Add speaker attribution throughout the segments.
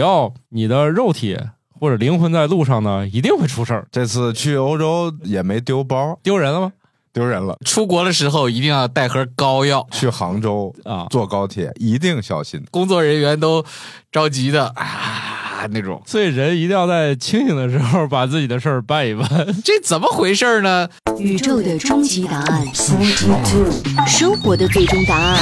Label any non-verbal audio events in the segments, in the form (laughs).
Speaker 1: 只要你的肉体或者灵魂在路上呢，一定会出事儿。
Speaker 2: 这次去欧洲也没丢包，
Speaker 1: 丢人了吗？
Speaker 2: 丢人了。
Speaker 3: 出国的时候一定要带盒膏药，
Speaker 2: 去杭州
Speaker 1: 啊
Speaker 2: 坐高铁一定小心。
Speaker 3: 工作人员都着急的啊那种。
Speaker 1: 所以人一定要在清醒的时候把自己的事儿办一办。 (laughs)
Speaker 3: 这怎么回事呢？
Speaker 4: 宇宙的终极答案，生活的最终答案。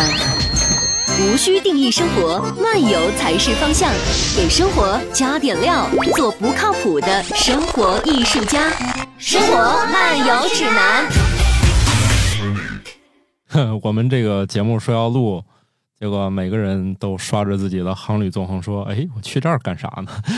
Speaker 4: 无需定义生活，漫游才是方向。给生活加点料，做不靠谱的生活艺术家。生活漫游指南。
Speaker 1: 我们这个节目说要录，结果每个人都刷着自己的航旅纵横，说：“哎，我去这儿干啥呢？” (laughs)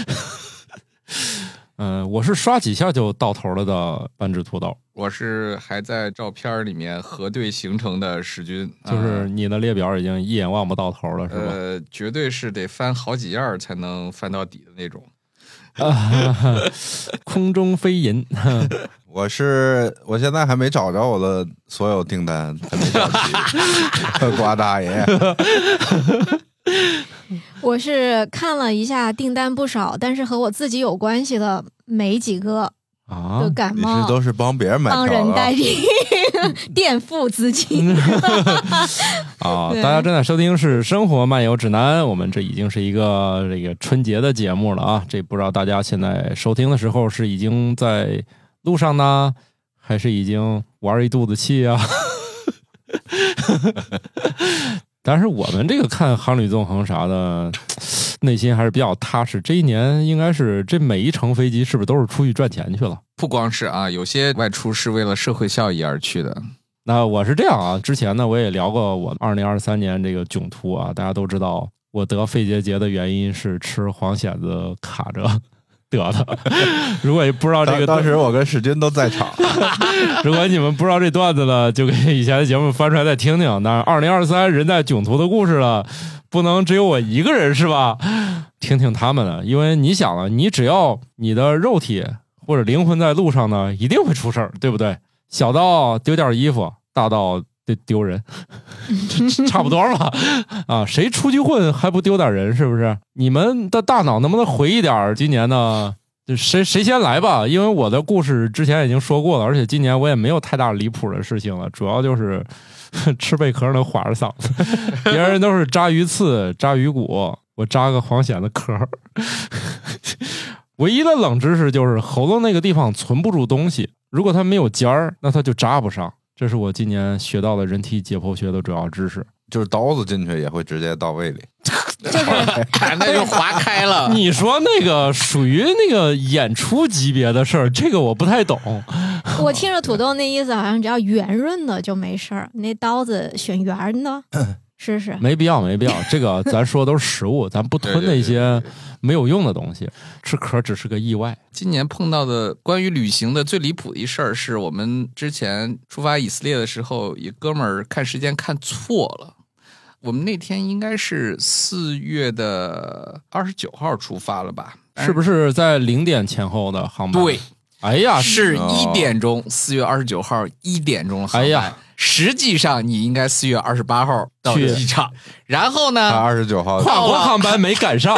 Speaker 1: 嗯、我是刷几下就到头了的半只土豆，
Speaker 3: 我是还在照片里面核对行程的史军，
Speaker 1: 就是你的列表已经一眼望不到头了，是吧？
Speaker 3: 呃，绝对是得翻好几页儿才能翻到底的那种。
Speaker 1: (laughs) 空中飞银，
Speaker 2: 我是我现在还没找着我的所有订单，还没找齐。 (laughs) 瓜大爷，
Speaker 5: 我是看了一下订单不少，但是和我自己有关系的没几个，
Speaker 1: 啊
Speaker 5: 就，感
Speaker 2: 嗯你
Speaker 5: 冒，
Speaker 2: 是都是帮别人买
Speaker 5: 帮
Speaker 2: 票啊
Speaker 5: 人代
Speaker 2: 的？ (laughs)
Speaker 5: 替，垫付自己。
Speaker 1: 啊，
Speaker 5: 对
Speaker 1: 大家正在收听是《生活漫游指南》，我们这已经是一个这个春节的节目了啊。这不知道大家现在收听的时候是已经在路上呢，还是已经玩一肚子气啊？ (laughs) 但是我们这个看《航旅纵横》啥的，内心还是比较踏实。这一年应该是这每一程飞机是不是都是出去赚钱去了？
Speaker 3: 不光是啊，有些外出是为了社会效益而去的。
Speaker 1: 那我是这样啊，之前呢我也聊过我二零二三年这个囧途啊，大家都知道我得肺结节的原因是吃黄蚬子卡着 (laughs) 得的。 (laughs) 如果不知道这
Speaker 2: 当
Speaker 1: 个，
Speaker 2: 当时我跟史军都在场， (laughs)
Speaker 1: (laughs) 如果你们不知道这段子呢，就给以前的节目翻出来再听听。那二零二三人在囧途的故事了，不能只有我一个人是吧？听听他们的，因为你想啊，你只要你的肉体或者灵魂在路上呢，一定会出事儿，对不对？小到丢件衣服，大到丢丢人， (laughs) 差不多吧？啊，谁出去混还不丢点人？是不是？你们的大脑能不能回一点儿？今年呢？就谁谁先来吧，因为我的故事之前已经说过了，而且今年我也没有太大离谱的事情了，主要就是 (laughs) 吃贝壳能划着嗓子，别人都是扎鱼刺、扎鱼骨，我扎个黄蚬的壳儿。唯一的冷知识就是喉咙那个地方存不住东西，如果它没有尖儿，那它就扎不上。这是我今年学到的人体解剖学的主要知识。
Speaker 2: 就是刀子进去也会直接到胃里。
Speaker 3: 看那就划开了。
Speaker 1: 你说那个属于那个演出级别的事儿，这个我不太懂。
Speaker 5: 我听着土豆那意思，好像只要圆润的就没事儿，你那刀子选圆
Speaker 2: (laughs)
Speaker 5: 儿的试试。
Speaker 3: (laughs)
Speaker 1: 没必要，没必要。这个咱说都是食物，咱不
Speaker 3: 对
Speaker 1: 吞
Speaker 3: 对
Speaker 1: 那
Speaker 3: 对
Speaker 1: 些没有用的东西。吃壳只是个意外。
Speaker 3: 今年碰到的关于旅行的最离谱的一事儿，是我们之前出发以色列的时候，一哥们儿看时间看错了。我们那天应该是四月的二十九号出发了吧？
Speaker 1: 是不是在零点前后的航班？
Speaker 3: 哎对，，
Speaker 1: 哎呀，
Speaker 3: 啊是一
Speaker 2: 哦
Speaker 3: 点钟，四月二十九号一点钟的航
Speaker 1: 哎呀
Speaker 3: 班。实际上你应该四月二十八号到
Speaker 1: 去
Speaker 3: 机场，然后
Speaker 2: 他
Speaker 3: 呢，
Speaker 2: 二十九号，
Speaker 1: 跨国航班没赶上，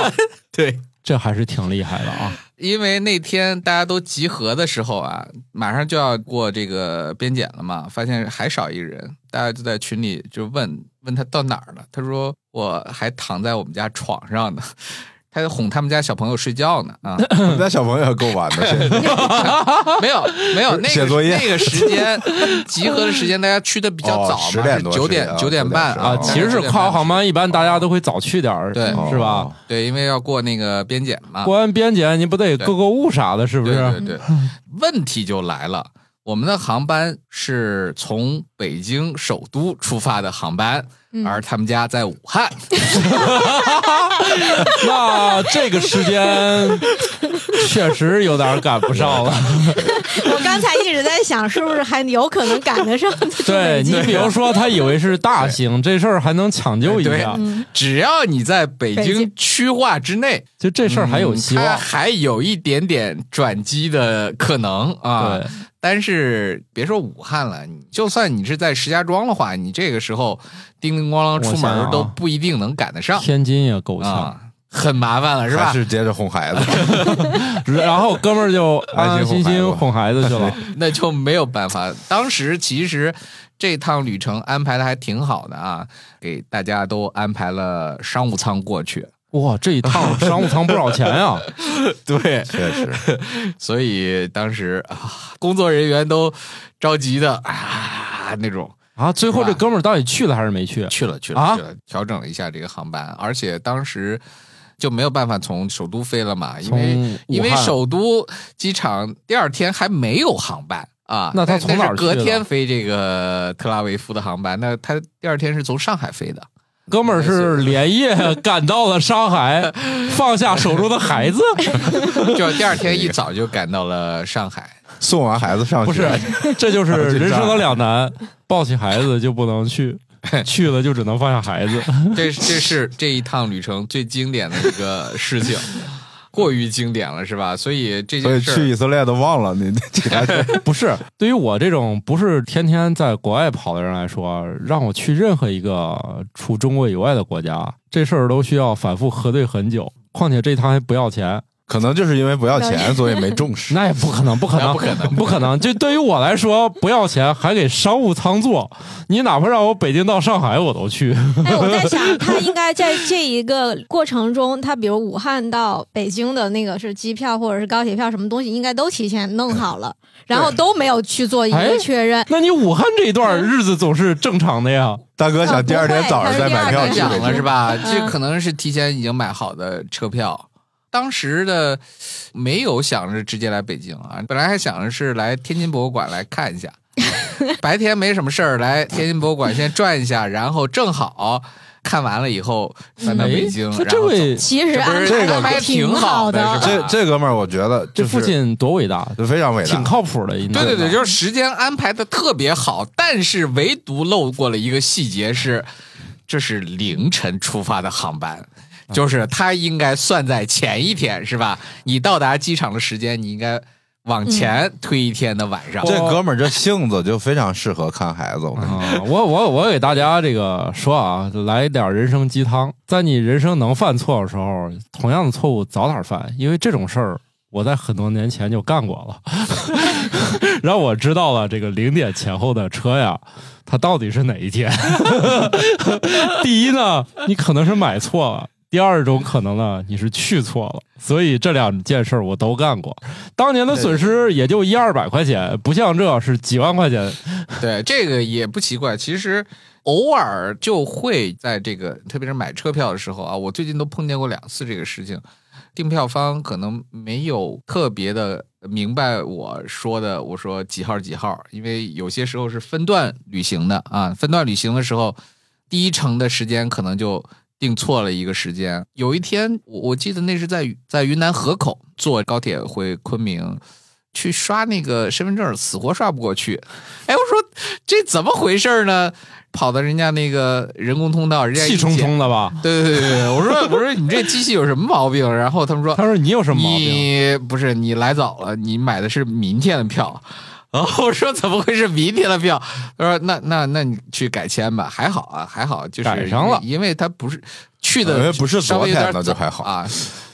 Speaker 3: 对，
Speaker 1: (laughs) 这还是挺厉害的啊！
Speaker 3: 因为那天大家都集合的时候啊，马上就要过这个边检了嘛，发现还少一人，大家就在群里就问问他到哪儿了，他说我还躺在我们家床上呢， (laughs) 他在哄他们家小朋友睡觉
Speaker 2: (laughs)
Speaker 3: 呢啊，
Speaker 2: 我们家小朋友也够晚的，现在
Speaker 3: 没有没有那个
Speaker 2: 写作业
Speaker 3: 那个时间集合的时间，大家去的比较早嘛，
Speaker 2: 哦10点多
Speaker 3: 九点
Speaker 2: 10
Speaker 3: 九点半
Speaker 2: 哦
Speaker 1: 啊，其实是跨国航班，一般大家都会早去点儿，
Speaker 3: 对
Speaker 1: 是
Speaker 2: 哦
Speaker 1: 吧？？
Speaker 3: 对，因为要过那个边检嘛，
Speaker 1: 过完边检，你不得购购物啥的，是啊不
Speaker 3: 对
Speaker 1: 是？
Speaker 3: 对对，问题就来了。我们的航班是从北京首都出发的航班，
Speaker 5: 嗯
Speaker 3: 而他们家在武汉。
Speaker 1: (laughs)
Speaker 5: (laughs)
Speaker 1: 那这个时间确实有点赶不上
Speaker 3: (laughs)
Speaker 1: 了。
Speaker 5: 我刚才一直在想，是不是还有可能赶得上？
Speaker 1: 对你比如说，他以为是大型，这事儿还能抢救一
Speaker 3: 对
Speaker 1: 下，
Speaker 3: 只要你在北
Speaker 5: 北
Speaker 3: 京
Speaker 5: 京
Speaker 3: 区划之内，
Speaker 1: 就这事儿还有
Speaker 3: 嗯
Speaker 1: 希望。
Speaker 3: 它还有一点点转机的可能啊
Speaker 1: 对。，
Speaker 3: 但是别说武汉了，你就算你是在石家庄的话，你这个时候叮叮咣啷出
Speaker 1: 我想
Speaker 3: 门
Speaker 1: 啊
Speaker 3: 都不一定能赶得上
Speaker 1: 天津也够呛。
Speaker 3: 啊。很麻烦了，是
Speaker 2: 还
Speaker 3: 吧？
Speaker 2: 是接着哄孩子，
Speaker 1: 然后哥们儿就安 (laughs) 安心心哄孩子去了。
Speaker 3: 那就没有办法。当时其实这趟旅程安排的还挺好的啊，给大家都安排了商务舱过去。
Speaker 1: (laughs) 哇，这一趟商务舱不少钱啊呀、
Speaker 3: 对，
Speaker 2: 确实
Speaker 3: 所以当时啊，工作人员都着急的啊那种。
Speaker 1: 啊！最后这哥们儿到底去了还是没去？
Speaker 3: 去了，去
Speaker 1: 啊
Speaker 3: 了，去了，调整了一下这个航班，而且当时就没有办法从首都飞了嘛，因为
Speaker 1: 从
Speaker 3: 因为
Speaker 1: 武汉
Speaker 3: 首都机场第二天还没有航班啊。
Speaker 1: 那他
Speaker 3: 但
Speaker 1: 从哪儿
Speaker 3: 但是隔
Speaker 1: 去的
Speaker 3: 天飞这个特拉维夫的航班，那他第二天是从上海飞
Speaker 1: (laughs)
Speaker 3: 的。
Speaker 1: 哥们儿是连 (laughs) 夜赶到了上海，放下手中的孩子，
Speaker 3: 就第二天一早就赶到了上海。
Speaker 2: 送完孩子上学，
Speaker 1: (laughs) 不是，啊这就是人生的两难。抱起孩子就不能 (laughs) 去，去了就只能放下孩子。
Speaker 3: 这这是这一趟旅程最经典的一个事情，过于经典了，是吧？所以这
Speaker 2: 所以
Speaker 3: 件事
Speaker 2: 去
Speaker 3: 儿
Speaker 2: 以色列都忘了你其他事儿
Speaker 1: (laughs) 不是，对于我这种不是天天在国外跑的人来说，让我去任何一个除中国以外的国家，这事儿都需要反复核对很久。况且这趟还不要钱，
Speaker 2: 可能就是因为不要钱，所以没重视。
Speaker 1: 那也不可能，不可能，
Speaker 3: 那不可能
Speaker 1: 不可能。就对于我来说，不要钱还给商务舱坐，你哪怕让我北京到上海我都去。
Speaker 5: (laughs) 哎，我在想，他应该在这一个过程中，他比如武汉到北京的那个是机票或者是高铁票，什么东西应该都提前弄好了，然后都没有去做一
Speaker 1: 哎
Speaker 5: 个确认。
Speaker 1: 那你武汉这一段日子总是正常的呀？
Speaker 2: 大哥想第二天早上再买票去
Speaker 3: 讲
Speaker 5: 啊不会他
Speaker 2: 北
Speaker 3: 了
Speaker 5: 是第二天
Speaker 3: 是
Speaker 2: 京，
Speaker 3: 吧？
Speaker 5: 嗯
Speaker 3: 这可能是提前已经买好的车票。当时的没有想着直接来北京啊，本来还想着是来天津博物馆来看一下，白天没什么事儿，来天津博物馆先转一下，然后正好看完了以后返到北京。
Speaker 1: 哎
Speaker 3: 然
Speaker 1: 这
Speaker 3: 后
Speaker 1: 位
Speaker 3: 走
Speaker 5: 其实安
Speaker 3: 这个
Speaker 5: 排的还挺好
Speaker 3: 挺好的是吧
Speaker 2: 这这哥们儿，我觉得
Speaker 1: 这
Speaker 2: 就是
Speaker 1: 父亲多伟大，
Speaker 2: 非常伟大，
Speaker 1: 挺靠谱的，应该
Speaker 3: 对对对，就是时间安排的特别好，但是唯独漏过了一个细节是，这是凌晨出发的航班，就是他应该算在前一天是吧？你到达机场的时间，你应该往前推一天的晚上。
Speaker 2: 这哥们儿这性子就非常适合看孩子，我跟你说
Speaker 1: 啊，我我我给大家这个说啊，来点人生鸡汤，在你人生能犯错的时候，同样的错误早点犯，因为这种事儿我在很多年前就干过了， (laughs) 让我知道了这个零点前后的车呀，它到底是哪一天。 (laughs) 第一呢，你可能是买错了。第二种可能呢，你是去错了，所以这两件事儿我都干过。当年的损失也就一二百块钱，不像这是几万块钱。
Speaker 3: 对，这个也不奇怪。其实偶尔就会在这个，特别是买车票的时候啊，我最近都碰见过两次这个事情。订票方可能没有特别的明白我说的，我说几号几号，因为有些时候是分段旅行的啊。分段旅行的时候，第一程的时间可能就定错了一个时间。有一天，我我记得那是在在云南河口坐高铁回昆明，去刷那个身份证，死活刷不过去。哎，我说这怎么回事呢？跑到人家那个人工通道，人家一
Speaker 1: 气冲
Speaker 3: 检
Speaker 1: 冲的吧？
Speaker 3: (laughs) 对对对对，我说我说你这机器有什么毛病？然后他们
Speaker 1: (laughs)
Speaker 3: 说
Speaker 1: 他说你有什么毛病？
Speaker 3: 你不是你来早了，你买的是明天的票。然后我说怎么会是明天的票？他说那那那你去改签吧，还好啊，还好就是
Speaker 1: 改上了
Speaker 3: 因为他不是去
Speaker 2: 因
Speaker 3: 的
Speaker 2: 为不是
Speaker 3: 稍微有
Speaker 2: 昨天
Speaker 3: 点
Speaker 2: 的就
Speaker 3: 早
Speaker 2: 还好
Speaker 3: 啊。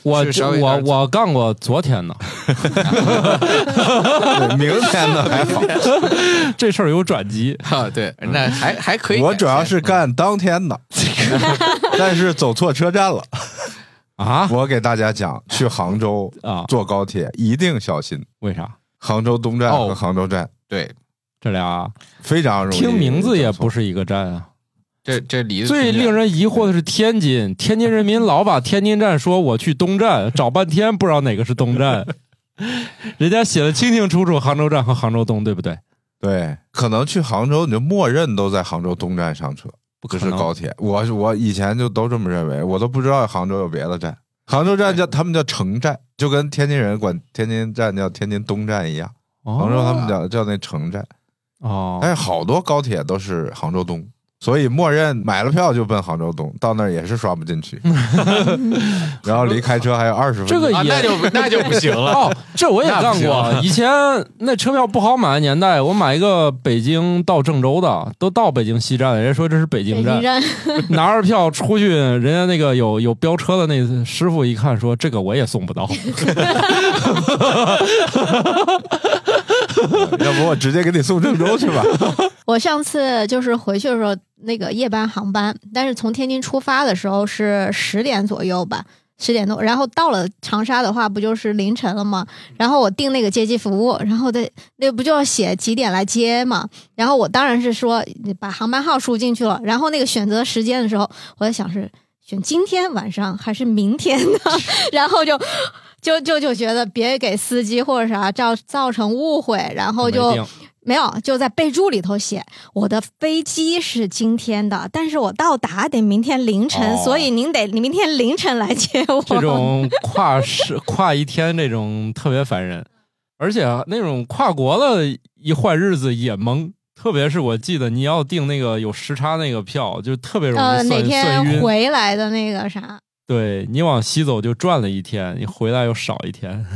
Speaker 1: 我
Speaker 3: 是稍微有
Speaker 1: 我
Speaker 3: 点
Speaker 1: 我干过昨天
Speaker 3: (laughs)
Speaker 1: 的
Speaker 2: 对明天的还 (laughs) 好，
Speaker 1: 这事儿有转机，
Speaker 3: 啊，对，那还还可以改签。
Speaker 2: 我主要是干当天 (laughs) 的，但是走错车站了。
Speaker 1: 啊
Speaker 2: (laughs) 我给大家讲，去杭州
Speaker 1: 啊！
Speaker 2: 坐高铁一定小心，
Speaker 1: 为啥？
Speaker 2: 杭州东站和
Speaker 3: 哦
Speaker 2: 杭州站
Speaker 3: 对，
Speaker 1: 这俩
Speaker 2: 非常容易。
Speaker 1: 听名字也不，是一个站啊。
Speaker 3: 这这离得
Speaker 1: 最
Speaker 3: 挺
Speaker 1: 令
Speaker 3: 远
Speaker 1: 人疑惑的是天津，天津人民老把天津站说我去东站，找半天不知道哪个是东站。 (laughs) 人家写的清清楚楚，杭州站和杭州东，对不对？
Speaker 2: 对，可能去杭州你就默认都在杭州东站上车，
Speaker 1: 不可
Speaker 2: 这是
Speaker 1: 能。
Speaker 2: 高铁。我我以前就都这么认为，我都不知道杭州有别的站。杭州站叫他们叫城站，就跟天津人管天津站叫天津东站一样，杭州
Speaker 1: 哦
Speaker 2: 他们叫叫那城站。
Speaker 1: 哦
Speaker 2: 但，是好多高铁都是杭州东，所以默认买了票就奔杭州东，到那儿也是刷不
Speaker 1: (laughs)
Speaker 2: 进去， (laughs) 然后离开车还有二十分
Speaker 1: 这
Speaker 2: 钟。
Speaker 1: 个
Speaker 3: 啊，
Speaker 1: 也
Speaker 3: 那就不那就不行了。
Speaker 1: (laughs) 哦，这我也
Speaker 3: 那
Speaker 1: 干
Speaker 3: 不
Speaker 1: 过。以前那车票不好买的年代，我买一个北京到郑州的，都到北京西站了，人家说这是北京
Speaker 5: 北
Speaker 1: 站
Speaker 5: 京，站，
Speaker 1: 拿着票出去，人家那个有有飙车的那师傅一看说这个我也送不到，
Speaker 2: 要不我直接给你送郑州去吧？
Speaker 5: 我上次就是回去的时候，那个夜班航班，但是从天津出发的时候是十点左右吧，十点多，然后到了长沙的话，不就是凌晨了吗？然后我订那个接机服务，然后在那不就要写几点来接嘛？然后我当然是说把航班号输进去了，然后那个选择时间的时候，我在想是选今天晚上还是明天呢？ (laughs) 然后就。就就就觉得别给司机或者啥造造成误会，然后哦就
Speaker 1: 没
Speaker 5: (laughs)
Speaker 1: 定
Speaker 5: 没有，就在备注里头写我的飞机是今天的，但是我到达得明天凌晨，
Speaker 1: 哦
Speaker 5: 所以您得明天凌晨来接我。
Speaker 1: 这种跨时跨一天这种特别烦人，而且啊那种跨国的一换日子也懵。特别是我记得你要订那个有时差那个票，就特别容易
Speaker 5: 呃，
Speaker 1: 算、
Speaker 5: 哪
Speaker 1: 算
Speaker 5: 天
Speaker 1: 晕。
Speaker 5: 回来的那个啥，
Speaker 1: 对你往西走就转了一天，你回来又少一天，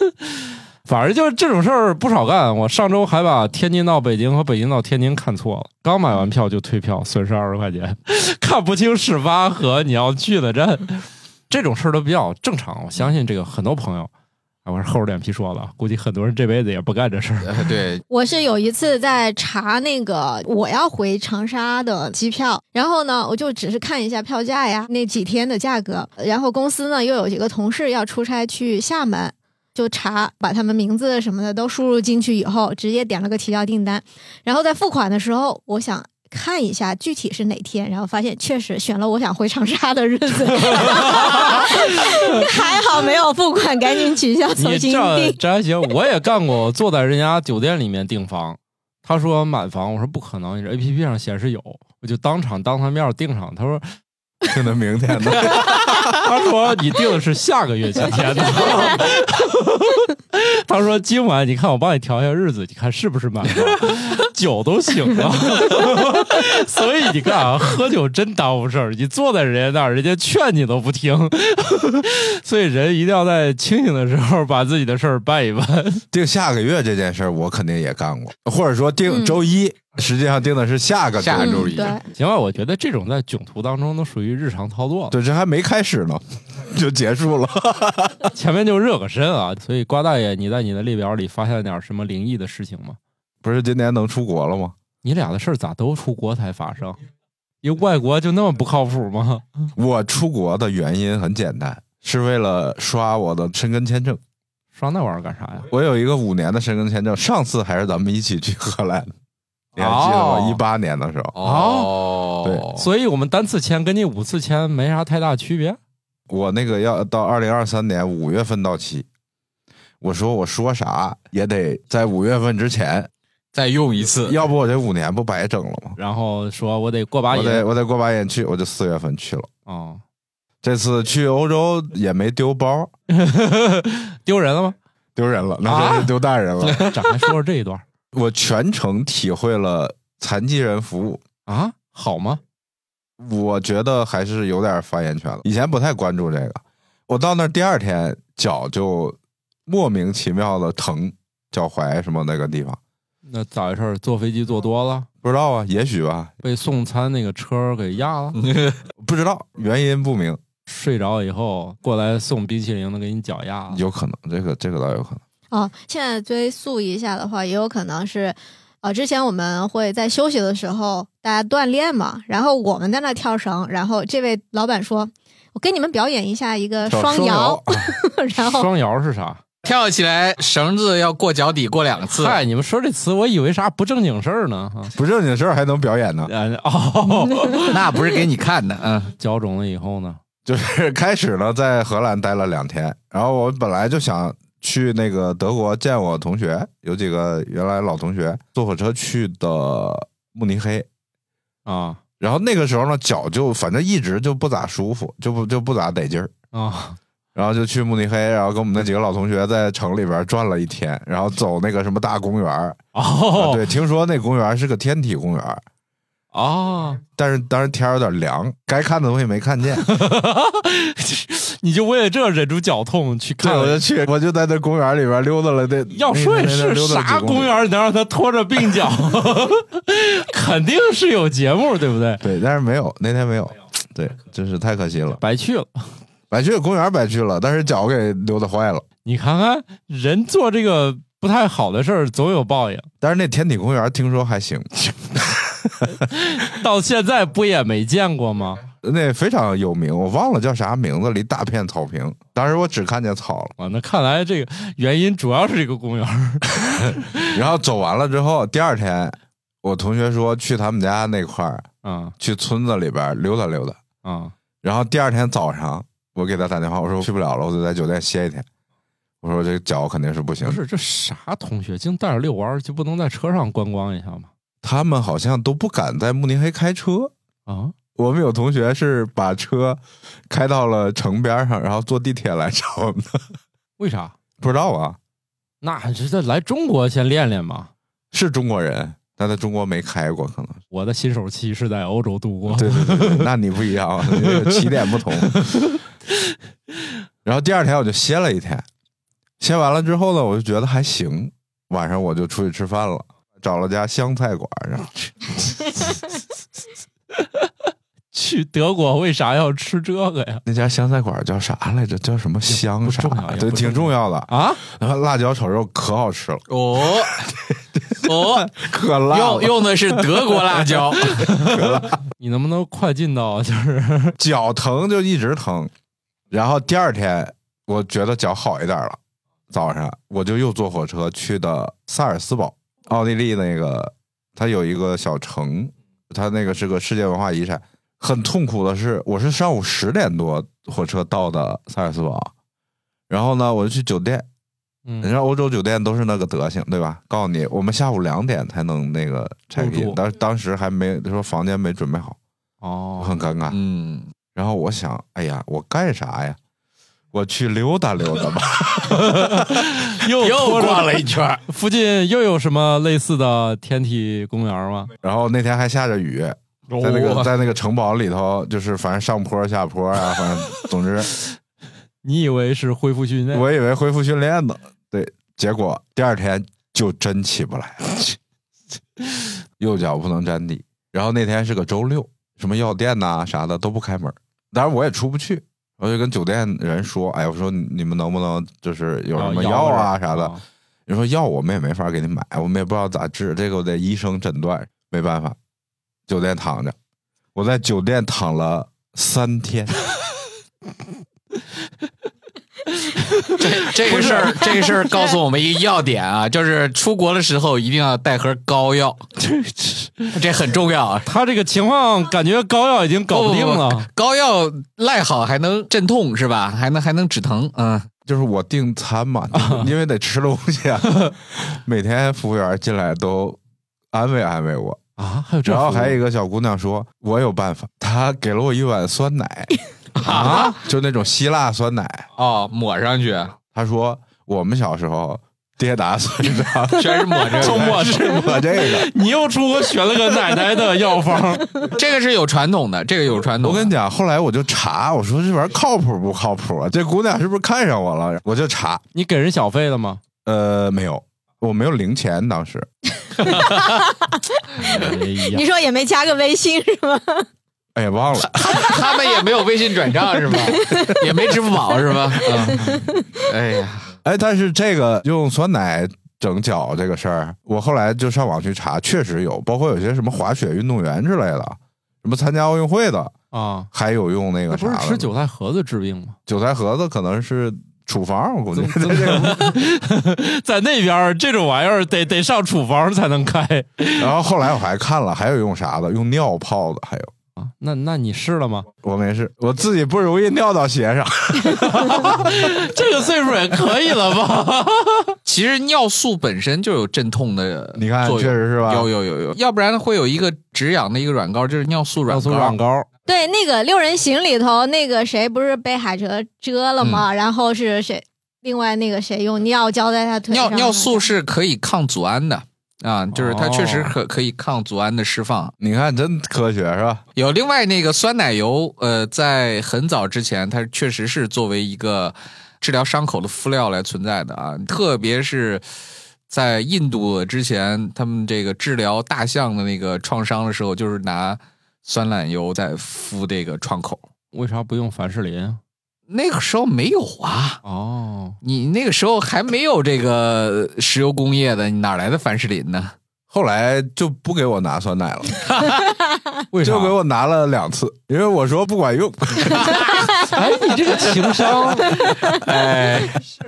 Speaker 1: (laughs) 反正就是这种事儿不少干。我上周还把天津到北京和北京到天津看错了，刚买完票就退票，损失二十块钱， (laughs) 看不清始发和你要去的站，这种事儿都比较正常。我相信这个很多朋友，啊，我是厚着脸皮说了，估计很多人这辈子也不干这事儿。
Speaker 3: 呃对，
Speaker 5: 我是有一次在查那个我要回长沙的机票，然后呢，我就只是看一下票价呀，那几天的价格。然后公司呢又有几个同事要出差去厦门，就查把他们名字什么的都输入进去以后，直接点了个提交订单。然后在付款的时候，我想看一下具体是哪天，然后发现确实选了我想回长沙的日子， (laughs) 还好没有付款，赶紧取消重
Speaker 1: 你
Speaker 5: 新
Speaker 1: 这
Speaker 5: 订。
Speaker 1: 这还行，我也干过，我坐在人家酒店里面订房，他说满房，我说不可能，你这 A P P 上显示有，我就当场当他面订上，他说
Speaker 2: 听到明天的， (laughs)
Speaker 1: 他说你订的是下个月几天的， (laughs) 他说今晚你看我帮你调一下日子，你看是不是满房， (laughs) 酒都醒了， (laughs) 所以你看啊，喝酒真当回事儿，你坐在人家那儿，人家劝你都不听， (laughs) 所以人一定要在清醒的时候把自己的事儿办一办。
Speaker 2: 定下个月这件事儿我肯定也干过，或者说定
Speaker 5: 嗯
Speaker 2: 周一，实际上定的是下个
Speaker 3: 下
Speaker 2: 周
Speaker 3: 个
Speaker 2: 一
Speaker 3: 周
Speaker 5: 嗯，
Speaker 3: 一
Speaker 5: 对。
Speaker 1: 行啊吧，我觉得这种在囧途当中都属于日常操作了，
Speaker 2: 对，这还没开始呢，就结束了。
Speaker 1: (laughs)
Speaker 2: (laughs)
Speaker 1: 前面就热个身啊。所以瓜大爷，你在你的列表里发现点什么灵异的事情吗？
Speaker 2: 不是今年能出国了吗？
Speaker 1: 你俩的事儿咋都出国才发生？一外国就那么不靠谱吗？
Speaker 2: 我出国的原因很简单，是为了刷我的申根签证。
Speaker 1: 刷那玩意儿干啥呀？
Speaker 2: 我有一个五年的申根签证，上次还是咱们一起去荷兰，你还记得
Speaker 1: 哦
Speaker 2: 吗？一八年的时候，
Speaker 3: 哦，
Speaker 1: 所以我们单次签跟你五次签没啥太大区别。
Speaker 2: 我那个要到二零二三年五月份到期，我说我说啥也得在五月份之前，
Speaker 3: 再用一次，
Speaker 2: 要不我这五年不白整了吗？
Speaker 1: 然后说我得过把
Speaker 2: 我得
Speaker 1: 瘾
Speaker 2: 我得过把瘾去，我就四月份去了。
Speaker 1: 哦，
Speaker 2: 这次去欧洲也没丢包，
Speaker 1: 丢人了吗？
Speaker 2: 丢人了，那真是丢大人了。
Speaker 1: (laughs) 展开说说这一段儿
Speaker 2: 我全程体会了残疾人服务，
Speaker 1: 啊，好吗？
Speaker 2: 我觉得还是有点发言权了。以前不太关注这个，我到那儿第二天脚就莫名其妙的疼，脚踝什么那个地方
Speaker 1: 那咋回事儿？坐飞机坐多了，
Speaker 2: 不知道啊，也许吧，
Speaker 1: 被送餐那个车儿给压了。
Speaker 2: 不知道原因不明，
Speaker 1: 睡着以后过来送冰淇淋的给你脚啊丫子，
Speaker 2: 有可能这个这个倒有可能。
Speaker 5: 哦，现在追溯一下的话，也有可能是，呃，之前我们会在休息的时候大家锻炼嘛，然后我们在那跳绳，然后这位老板说：“我给你们表演一下一个
Speaker 2: 叫
Speaker 5: 双摇。
Speaker 2: 摇
Speaker 5: 然后
Speaker 1: 双摇是啥？
Speaker 3: 跳起来绳子要过脚底过两次，
Speaker 1: 嗨，你们说这词，我以为啥不正经事儿呢。啊
Speaker 2: 不正经事儿还能表演呢，
Speaker 1: 呃哦，
Speaker 5: (laughs)
Speaker 3: 那不是给你看的，嗯，
Speaker 1: 脚肿了以后呢？
Speaker 2: (laughs) 就是开始呢在荷兰待了两天，然后我本来就想去那个德国见我同学，有几个原来老同学，坐火车去的慕尼黑，
Speaker 1: 啊
Speaker 2: 然后那个时候呢，脚就反正一直就不咋舒服，就不就不咋得劲儿。
Speaker 1: 啊，
Speaker 2: 然后就去慕尼黑，然后跟我们那几个老同学在城里边转了一天，然后走那个什么大公园儿、啊
Speaker 1: 哦，
Speaker 2: 对，听说那公园是个天体公园儿，
Speaker 1: 啊，
Speaker 2: 但是当时天儿有点凉，该看的东西没看见。
Speaker 1: 你就为了这忍住脚痛去
Speaker 2: 对，
Speaker 1: 看
Speaker 2: 我就去，我就在那公园里边溜达了。那
Speaker 1: 要说也
Speaker 2: 那那
Speaker 1: 是
Speaker 2: 溜达几
Speaker 1: 啥
Speaker 2: 公里
Speaker 1: 公园能让他拖着鬓
Speaker 2: (laughs)
Speaker 1: 角？ (laughs) 肯定是有节目，对不对？
Speaker 2: 对，但是没有，那天没有。对，真是太可惜了，
Speaker 1: 白去了。
Speaker 2: 白去公园白去了，但是脚给溜达坏了。
Speaker 1: 你看看，人做这个不太好的事儿，总有报应。
Speaker 2: 但是那天体公园听说还行，
Speaker 1: 到现在不也没见过吗？
Speaker 2: 那非常有名，我忘了叫啥名字了，一大片草坪。当时我只看见草了，
Speaker 1: 啊，那看来这个原因主要是这个公园儿。
Speaker 2: 然后走完了之后，第二天我同学说去他们家那块儿，
Speaker 1: 啊
Speaker 2: 去村子里边溜达溜达。
Speaker 1: 啊
Speaker 2: 然后第二天早上，我给他打电话，我说我去不了了，我就在酒店歇一天。我说这个脚肯定是不行
Speaker 1: 不，是这啥同学，净带着遛弯儿，就不能在车上观光一下吗？
Speaker 2: 他们好像都不敢在慕尼黑开车。
Speaker 1: 啊，
Speaker 2: 我们有同学是把车开到了城边上，然后坐地铁来找我们的，
Speaker 1: 为啥？
Speaker 2: 不知道啊，
Speaker 1: 那这这来中国先练练嘛。
Speaker 2: 是中国人，但在中国没开过，可能。
Speaker 1: 我的新手期是在欧洲度过。
Speaker 2: 对对对，对那你不一样，你这个起点不同。然后第二天我就歇了一天，歇完了之后呢，我就觉得还行，晚上我就出去吃饭了，找了家湘菜馆儿，然后
Speaker 1: 去德国为啥要吃这个呀？
Speaker 2: 那家湘菜馆儿叫啥来着？叫什么湘
Speaker 1: 不
Speaker 2: 啥
Speaker 1: 重要也？
Speaker 2: 对，
Speaker 1: 不
Speaker 2: 挺
Speaker 1: 重
Speaker 2: 重要的。
Speaker 1: 啊，
Speaker 2: 然后辣椒炒肉可好吃了，
Speaker 3: 哦哦，
Speaker 2: 可辣
Speaker 3: 用
Speaker 2: 了，
Speaker 3: 用的是德国辣椒，
Speaker 1: 你能不能快进到就是 (laughs)
Speaker 2: 脚疼就一直疼。然后第二天我觉得脚好一点了，早上我就又坐火车去的萨尔斯堡，奥地利那个，它有一个小城，它那个是个世界文化遗产。很痛苦的是，我是上午十点多火车到的萨尔斯堡，然后呢，我就去酒店，
Speaker 1: 嗯
Speaker 2: 你知道欧洲酒店都是那个德行，对吧？告诉你，我们下午两点才能那个 check
Speaker 1: 入
Speaker 2: in，
Speaker 1: 住
Speaker 2: 当当时还没说房间没准备好，我
Speaker 1: 哦
Speaker 2: 很尴尬。
Speaker 3: 嗯，
Speaker 2: 然后我想，哎呀，我干啥呀？我去溜达溜达吧。 (laughs)
Speaker 1: (laughs) 又
Speaker 3: 又
Speaker 1: 拖着
Speaker 3: 逛了一圈儿，
Speaker 1: 附近又有什么类似的天体公园吗？
Speaker 2: 然后那天还下着雨，在那个
Speaker 3: 哦
Speaker 2: 在那个城堡里头，就是反正上坡下坡啊，反正总之，
Speaker 1: 你以为是恢复训练？
Speaker 2: 我以为恢复训练呢，对，结果第二天就真起不来了， (laughs) 右脚不能沾地。然后那天是个周六，什么药店呐、啥的都不开门，当然我也出不去。我就跟酒店人说：“哎，我说你你们能不能就是有
Speaker 1: 哦
Speaker 2: 什么药啊啥
Speaker 1: (laughs)
Speaker 2: 的？”你说药我们也没法给你买，我们也不知道咋治，这个我得医生诊断，没办法，酒店躺着。我在酒店躺了三天，
Speaker 3: 这这个事儿，这个事儿告诉我们一个要点啊， (laughs) 就是出国的时候一定要带盒膏药，这很重要啊。
Speaker 1: 他这个情况感觉膏药已经搞不定了。
Speaker 3: 膏药赖好还能镇痛是吧？还能还能止疼，嗯，
Speaker 2: 就是我订
Speaker 1: (laughs)
Speaker 2: 餐嘛，因为得吃东西啊。 (laughs) 每天服务员进来都安慰安慰我，
Speaker 1: 啊，还有这
Speaker 2: 然
Speaker 1: 服务，
Speaker 2: 后还有一个小姑娘说，我有办法，她给了我一碗酸
Speaker 1: (laughs)
Speaker 2: 奶啊，就那种希腊酸奶。
Speaker 3: 哦，抹上去，
Speaker 2: 她说我们小时候跌打碎伤
Speaker 3: 全是抹这
Speaker 1: (laughs) 周
Speaker 3: 个，
Speaker 1: 末
Speaker 2: 是 (laughs) 我这个。
Speaker 1: 你又出国选了个奶奶的药方，
Speaker 3: 这个是有传统的，这个有传统
Speaker 2: 我
Speaker 3: 的。
Speaker 2: 跟你讲，后来我就查，我说这玩意儿靠谱不靠谱啊？这姑娘是不是看上我了？我就查，
Speaker 1: (laughs) 你给人小费了吗？
Speaker 2: 呃，没有，我没有零钱，当时
Speaker 1: 哎呀
Speaker 5: 你，说也没加个微信是吗？
Speaker 2: 哎呀忘了， (laughs)
Speaker 3: 他们也没有微信转账是吧？也没支付宝是吧？嗯，哎呀，
Speaker 2: 哎，但是这个用酸奶整脚这个事儿，我后来就上网去查，确实有，包括有些什么滑雪运动员之类的，什么参加奥运会的，
Speaker 1: 啊，
Speaker 2: 还有用那
Speaker 1: 那
Speaker 2: 个
Speaker 1: 不是
Speaker 2: 啥
Speaker 1: 吃
Speaker 2: 的
Speaker 1: 韭菜盒子治病吗？
Speaker 2: 韭菜盒子，可能是处方，我估计
Speaker 1: (laughs) 在那边儿这种玩意儿得得上处方才能开
Speaker 2: (laughs) 然后后来我还看了，还有用啥的，用尿泡的，还有。
Speaker 1: 啊。那那你试了吗？
Speaker 2: 我没事，我自己不容易尿到鞋上。
Speaker 1: 这个岁数也可以了吧？
Speaker 3: 其实尿素本身就有镇痛的，
Speaker 2: 你看，
Speaker 3: 作
Speaker 2: 确
Speaker 3: 用
Speaker 2: 实是吧？
Speaker 3: 有有有有，要不然会有一个止痒的一个软膏，就是尿素软
Speaker 1: 要
Speaker 3: 膏。
Speaker 1: 做软膏，
Speaker 5: 对，那个《六人行》里头那个谁不是被海蜇蛰了吗？然后是谁？另外那个谁用尿浇在他腿上？
Speaker 3: 尿尿素是可以抗组胺的，啊，就是
Speaker 2: 哦
Speaker 3: 它确实可可以抗组胺的释放。
Speaker 2: 你看真科学是吧？
Speaker 3: 有另外那个酸奶油，呃，在很早之前，它确实是作为一个治疗伤口的敷料来存在的啊，特别是在印度之前，他们这个治疗大象的那个创伤的时候，就是拿酸奶油在敷这个创口。
Speaker 1: (laughs) 为啥不用凡士林啊？
Speaker 3: 那个时候没有啊，
Speaker 1: 哦，
Speaker 3: 你那个时候还没有这个石油工业的，你哪来的凡士林呢？
Speaker 2: 后来就不给我拿酸奶了，
Speaker 1: 为啥？
Speaker 2: 就给我拿了两次，因为我说不管
Speaker 3: (laughs)
Speaker 2: 用，
Speaker 1: 哎，你这个情商，哎，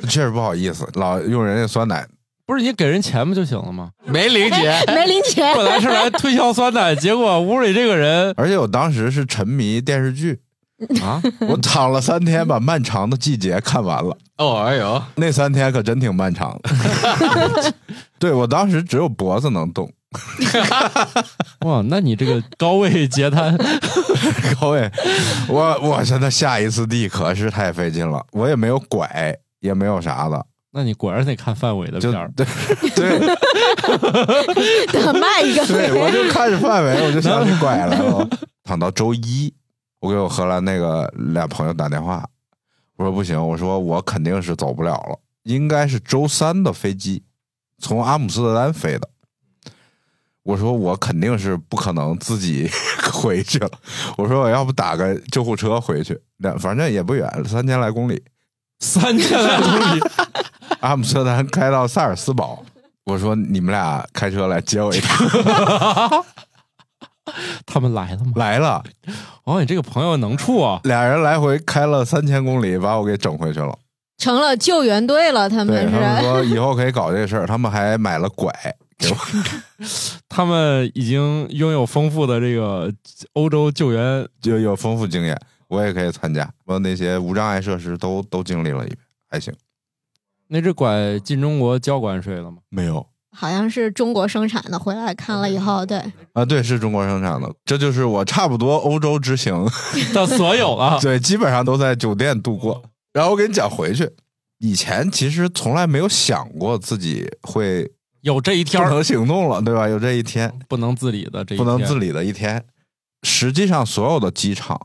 Speaker 2: 确实不好意思，老用人家酸奶。
Speaker 1: 不是你给人钱不就行了吗？
Speaker 3: 没理解，
Speaker 5: 没零
Speaker 1: (laughs)
Speaker 5: 钱，
Speaker 1: 本来是来推销酸奶，结果屋里这个人
Speaker 2: 而且我当时是沉迷电视剧，
Speaker 1: 啊，
Speaker 2: 我躺了三天，把《漫长的季节》看完了。
Speaker 3: (laughs) 哦，哎呦，
Speaker 2: 那三天可真挺漫长的， (laughs) 对我当时只有脖子能动。
Speaker 1: 哇，那你这个高位截
Speaker 2: (laughs)
Speaker 1: 瘫，
Speaker 2: 各位，我我真的下一次地可是太费劲了，我也没有拐，也没有啥的，
Speaker 1: 那你果然得看范伟的
Speaker 2: 就
Speaker 1: 片儿。
Speaker 2: 对对
Speaker 5: 等卖一
Speaker 2: (laughs)
Speaker 5: 个。
Speaker 2: 对，我就看着范围，我就想起拐来了。躺到周一，我给我荷兰那个俩朋友打电话，我说不行，我说我肯定是走不了了，应该是周三的飞机，从阿姆斯特丹飞的。我说我肯定是不可能自己 (laughs) 回去了，我说我要不打个救护车回去，那反正也不远，三千来公里。
Speaker 1: 三千来公里，
Speaker 2: 阿姆斯特丹开到萨尔斯堡，我说你们俩开车来接我一趟，
Speaker 1: 他们来了吗？
Speaker 2: 来了，
Speaker 1: 哦，你这个朋友能处啊！
Speaker 2: 俩人来回开了三千公里，把我给整回去了。
Speaker 5: 成了救援队了，他
Speaker 2: 对
Speaker 5: 们
Speaker 2: 他
Speaker 1: 啊
Speaker 2: 们 (laughs)
Speaker 5: 是。
Speaker 2: 说以后可以搞这事儿， (laughs) 他们还买了拐给我。
Speaker 1: 他们已经拥有丰富的这个欧洲救援，
Speaker 2: 就有丰富经验，我也可以参加。我那些无障碍设施都都经历了一遍，还行。
Speaker 1: 那只拐进中国交关税
Speaker 2: (laughs)
Speaker 1: 了吗？
Speaker 2: 没有
Speaker 5: 好像是中国生产的，回来看
Speaker 1: 嗯
Speaker 5: 了以后，对，
Speaker 2: 啊，对，是中国生产的，这就是我差不多欧洲
Speaker 1: (laughs)
Speaker 2: 之行，，
Speaker 1: 的所有了
Speaker 2: 对，基本上都在酒店度过。然后我给你讲回去，以前其实从来没有想过自己会
Speaker 1: 有这一天
Speaker 2: 不
Speaker 1: 儿
Speaker 2: 能行动了，对吧？有这一天，
Speaker 1: 不能自理的这一
Speaker 2: 不能自
Speaker 1: 理，
Speaker 2: 理的一天。实际上，所有的机场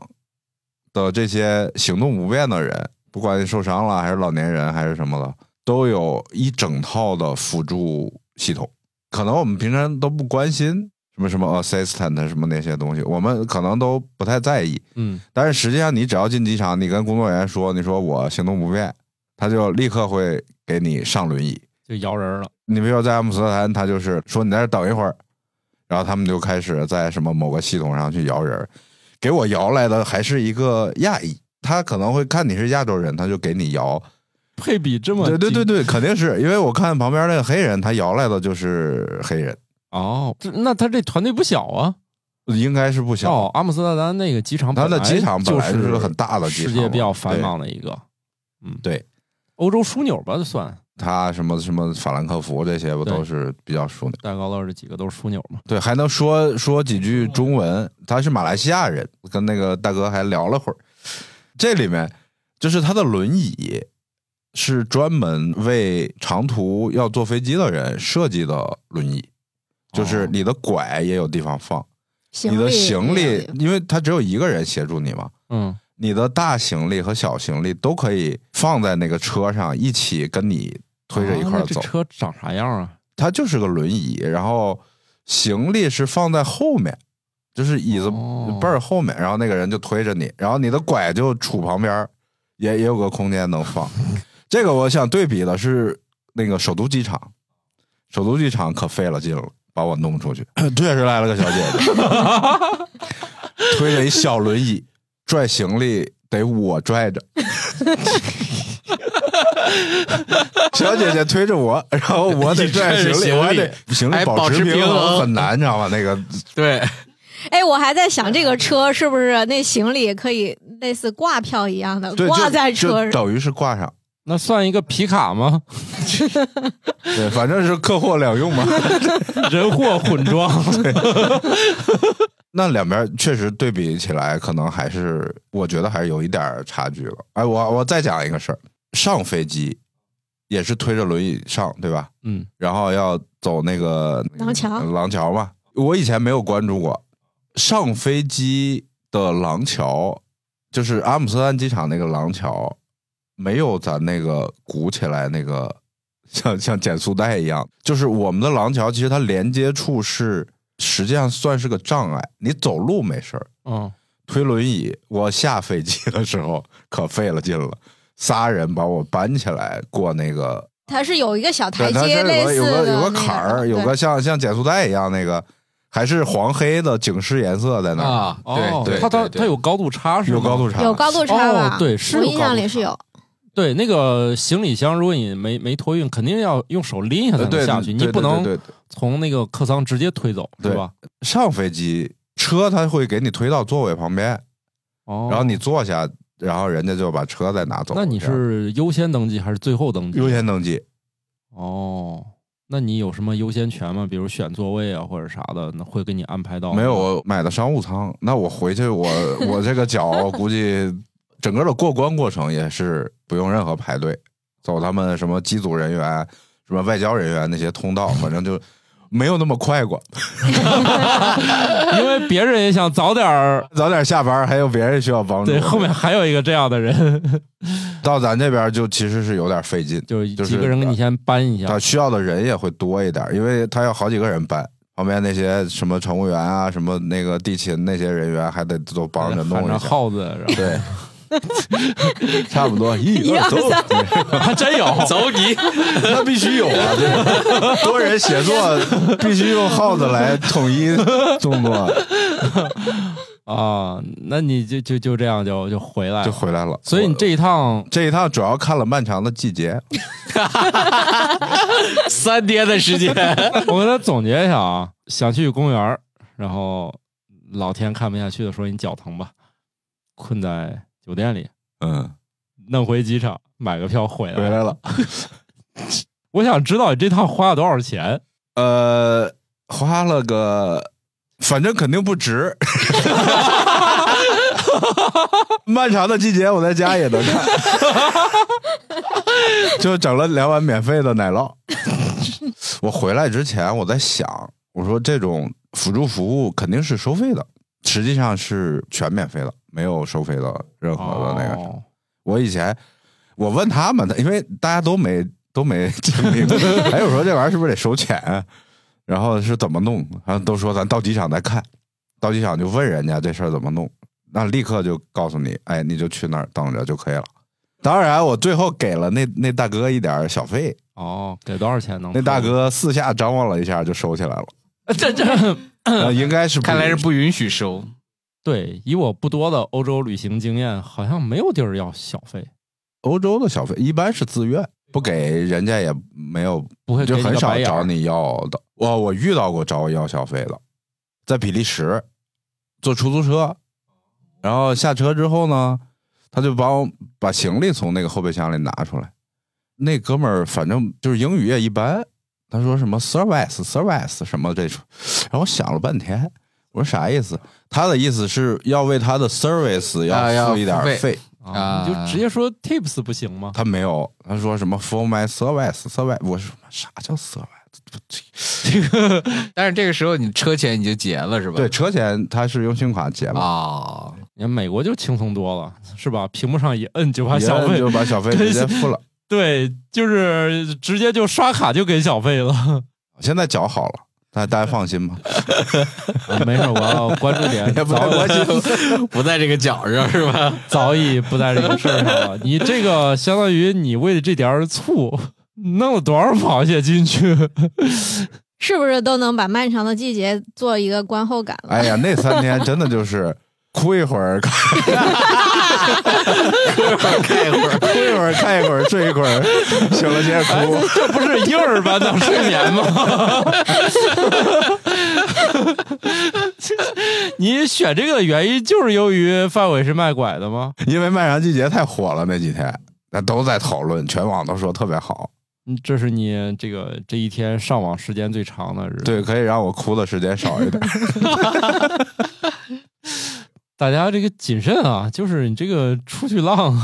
Speaker 2: 的这些行动不便的人，不管你受伤了还是老年人还是什么的，都有一整套的辅助系统。可能我们平常都不关心什么什么 assistant 什么那些东西，我们可能都不太在意。
Speaker 1: 嗯，
Speaker 2: 但是实际上，你只要进机场，你跟工作人员说，你说我行动不便，他就立刻会给你上轮椅。
Speaker 1: 就摇人了。
Speaker 2: 你比如说在阿姆斯特丹，他就是说你在这儿等一会儿，然后他们就开始在什么某个系统上去摇人儿，给我摇来的还是一个亚裔，他可能会看你是亚洲人，他就给你摇。
Speaker 1: 配比这么
Speaker 2: 对对对
Speaker 1: 近
Speaker 2: 对，肯定是因为我看旁边那个黑人，他摇来的就是黑人，
Speaker 1: 哦，这那他这团队不小啊。
Speaker 2: 应该是不小。
Speaker 1: 哦，阿姆斯特丹那个机场
Speaker 2: 他
Speaker 1: 本来
Speaker 2: 的
Speaker 1: 就，
Speaker 2: 机场本来
Speaker 1: 是
Speaker 2: 是个很大的机场
Speaker 1: 世界
Speaker 2: 嘛
Speaker 1: 比较繁
Speaker 2: 对
Speaker 1: 忙的一个，嗯，
Speaker 2: 对，
Speaker 1: 欧洲枢纽吧，就算
Speaker 2: 他什么什么法兰克福这些不
Speaker 1: 对
Speaker 2: 都是比较熟的？
Speaker 1: 戴高乐这几个都是枢纽嘛。
Speaker 2: 对，还能说说几句中文。他是马来西亚人，跟那个大哥还聊了会儿。这里面就是他的轮椅是专门为长途要坐飞机的人设计的轮椅，就是
Speaker 1: 哦
Speaker 2: 你的拐也有地方放，你
Speaker 5: 行
Speaker 2: 的
Speaker 5: 李，
Speaker 2: 行李，因为他只有一个人协助你嘛，
Speaker 1: 嗯，
Speaker 2: 你的大行李和小行李都可以放在那个车上，一起跟你推着一块
Speaker 1: 啊
Speaker 2: 儿
Speaker 1: 那这
Speaker 2: 走。
Speaker 1: 车长啥样啊？
Speaker 2: 它就是个轮椅，然后行李是放在后面，就是椅子
Speaker 1: 哦
Speaker 2: 背儿后面，然后那个人就推着你，然后你的拐就杵旁边儿，也也有个空间能 (laughs) 放。这个我想对比的是那个首都机场，首都机场可费了劲了，把我弄出去，确实来了个小姐姐， (laughs) 推着一小轮椅，拽行李得我拽 (laughs) 着。小姐姐推着我，然后我得拽 (laughs)
Speaker 3: 你拽着
Speaker 2: 行
Speaker 3: 行
Speaker 2: 李，
Speaker 3: 李
Speaker 2: 我还得行李
Speaker 3: 还哎保
Speaker 2: 持
Speaker 3: 持
Speaker 2: 平
Speaker 3: 平衡
Speaker 2: 很难，你知道吗？那个
Speaker 3: 对，
Speaker 5: 哎，我还在想
Speaker 1: 嗯
Speaker 5: 这个车是不是那行李可以类似挂票一样的
Speaker 2: 对，
Speaker 5: 呃挂
Speaker 2: 就
Speaker 5: 在车
Speaker 2: 就
Speaker 5: 上，
Speaker 2: 等于是挂上，
Speaker 1: (laughs) 那算一个皮卡吗？
Speaker 2: 对，反正是客货两用嘛。
Speaker 1: (laughs)
Speaker 2: (laughs)
Speaker 1: 人货混装，
Speaker 2: 那两边确实对比起来，可能还是我觉得还是有一点儿差距了。哎，我我再讲一个事儿，上飞机也是推着轮椅上，对吧？
Speaker 1: 嗯，
Speaker 2: 然后要走那个
Speaker 5: 廊桥
Speaker 2: 廊桥嘛。我以前没有关注过，上飞机的廊桥，就是阿姆斯特丹机场那个廊桥，没有咱那个鼓起来那个 (laughs) 像像减速带一样，就是我们的廊桥，其实它连接处是实际上算是个障碍，你走路没事儿，
Speaker 1: 嗯，
Speaker 2: 推轮椅，我下飞机的时候可费了劲了，仨人把我搬起来过那个
Speaker 5: 它是有一个小
Speaker 2: 对，
Speaker 5: 台
Speaker 2: 它
Speaker 5: 阶
Speaker 2: 是
Speaker 5: 类
Speaker 2: 有个有
Speaker 5: 似的
Speaker 2: 个有
Speaker 5: 那
Speaker 2: 个
Speaker 5: 种
Speaker 2: 坎儿，有
Speaker 5: 对
Speaker 2: 个像像减速带一样那个，还是黄黑的警示颜色在那儿。
Speaker 3: 啊，对对，
Speaker 1: 哦它它
Speaker 3: 对对
Speaker 1: 它有高度差是吗
Speaker 2: 有高度差
Speaker 5: 有高度差
Speaker 1: 哦
Speaker 5: 吧？
Speaker 1: 对是
Speaker 5: 我
Speaker 1: 有
Speaker 5: 印
Speaker 1: 高
Speaker 5: 象
Speaker 1: 度
Speaker 5: 里是
Speaker 1: 差
Speaker 5: 有。
Speaker 1: 对，那个行李箱，如果你没没托运，肯定要用手拎一下才
Speaker 2: 呃对
Speaker 1: 能下去，
Speaker 2: 对
Speaker 1: 你不能
Speaker 2: 对对对
Speaker 1: 从那个客舱直接推走，是
Speaker 2: 对
Speaker 1: 吧？
Speaker 2: 上飞机车，它会给你推到座位旁边，
Speaker 1: 哦，
Speaker 2: 然后你坐下，然后人家就把车再拿走。
Speaker 1: 那你
Speaker 2: 这样
Speaker 1: 是优先登记还是最后登记？
Speaker 2: 优先登记？
Speaker 1: 哦，那你有什么优先权吗？比如选座位啊或者啥的，那会给你安排到吗
Speaker 2: 没有，我买的商务舱，那我回去我 (laughs) 我这个脚估计整个的过关过程也是不用任何排队，走他们什么机组人员、什么外交人员那些通道，反正就没有那么快过。
Speaker 1: 因为别人也想早点儿。
Speaker 2: 早点下班，还有别人需要帮助。
Speaker 1: 对，后面还有一个这样的
Speaker 2: (laughs)
Speaker 1: 人，
Speaker 2: 到咱这边就其实是有点费劲，
Speaker 1: 就是
Speaker 2: 就是
Speaker 1: 几个人给你先搬一下
Speaker 2: 他。需要的人也会多一点，因为他要好几个人搬，旁边那些什么乘务员啊、什么那个地勤那些人员还得都帮着弄
Speaker 1: 喊
Speaker 2: 一
Speaker 1: 着
Speaker 2: 下。
Speaker 1: 耗子，然
Speaker 2: 对，差不多一
Speaker 5: 一
Speaker 2: 二
Speaker 5: 二
Speaker 2: 走，
Speaker 1: 后 (laughs) 还真
Speaker 2: (laughs)
Speaker 1: 有。
Speaker 3: 走你，
Speaker 2: 那必须有啊！对，多人协作必须用耗子来统一动作，
Speaker 1: (laughs) 啊，那你就就就这样就就回来了，
Speaker 2: 就回来了。
Speaker 1: 所以你这一趟
Speaker 2: 这一趟主要看了《漫长的季节》，
Speaker 3: 三天的时间，
Speaker 1: 我给他总结一下啊，想去公园儿，然后老天看不下去的说你脚疼吧，困在酒店里，
Speaker 2: 嗯，
Speaker 1: 弄回机场买个票回
Speaker 2: 回
Speaker 1: 来。
Speaker 2: 来了。
Speaker 1: 我想知道你这趟花了多少钱？
Speaker 2: 呃，花了个，反正肯定不值。 (laughs) 漫长的季节，我在家也能看， (laughs) 就整了两碗免费的奶酪。我回来之前，我在想，我说这种辅助服务肯定是收费的，实际上是全免费的，没有收费的任何的那个。
Speaker 1: 哦
Speaker 2: 我以前我问他们，因为大家都没都没经 (laughs) 历过，哎，我说这玩意儿是不是得收钱啊？然后是怎么弄？然后都说咱到机场再看，到机场就问人家这事儿怎么弄，那立刻就告诉你，哎，你就去那儿等着就可以了。当然，我最后给了那那大哥一点儿小费，
Speaker 1: 哦，给多少钱能？
Speaker 2: 那大，哥四下张望了一下就收起来了，
Speaker 3: (laughs) 这这
Speaker 2: 呃应该是
Speaker 3: 看来是不允许收。
Speaker 1: 对，以我不多的欧洲旅行经验，好像没有地儿要小费，
Speaker 2: 欧洲的小费一般是自愿，不给人家也没有
Speaker 1: 不会给
Speaker 2: 就
Speaker 1: 你
Speaker 2: 很
Speaker 1: 个
Speaker 2: 少
Speaker 1: 白眼
Speaker 2: 找
Speaker 1: 儿。
Speaker 2: 你要的。我我遇到过找我要小费的，在比利时坐出租车，然后下车之后呢，他就帮我把行李从那个后备箱里拿出来。那哥们儿反正就是英语也一般，他说什么 service service 什么这种，然后我想了半天，我说啥意思？他的意思是要为他的 service
Speaker 3: 啊要
Speaker 2: 要付一点
Speaker 3: 付费
Speaker 2: 费，
Speaker 1: 啊，你就直接说 tips 不行吗？
Speaker 2: 他没有，他说什么 for my service service，我说啥叫 service？
Speaker 3: 但是这个时候你车钱你就结了是吧？
Speaker 2: 对，车钱他是用信用卡结嘛，
Speaker 3: 啊，
Speaker 1: 你看美国就轻松多了，是吧？屏幕上一摁啊就把
Speaker 2: 别
Speaker 1: 小
Speaker 2: 人
Speaker 1: 费
Speaker 2: 就把小费直接付了。
Speaker 1: 对，就是直接就刷卡就给小费
Speaker 2: (laughs)
Speaker 1: 了。
Speaker 2: 现在脚好了，大大家放心吧。
Speaker 1: 没事，我要关注点
Speaker 2: 也不太
Speaker 1: 早
Speaker 2: 关心，
Speaker 3: 不在这个角上是吧？
Speaker 1: 早已不在这个事儿上了。你这个相当于你为了这点儿醋，弄了多少螃蟹进去？
Speaker 5: 是不是都能把漫长的季节做一个观后感了？
Speaker 2: 哎呀，那三天真的就是哭一会儿，
Speaker 3: 看一会儿，
Speaker 2: 哭一会儿，看一会儿，睡一会儿，醒了接着哭。
Speaker 1: 这不是婴儿般的睡眠
Speaker 3: (laughs)
Speaker 1: 吗？你选这个的原因就是由于范伟是卖拐的吗？
Speaker 2: 因为《漫长季节》太火了，那几天那都在讨论，全网都说特别好。
Speaker 1: 嗯这是你这个这一天上网时间最长的日子。
Speaker 2: 对，可以让我哭的时间少一点。
Speaker 1: 大家这个谨慎啊，就是你这个出去浪，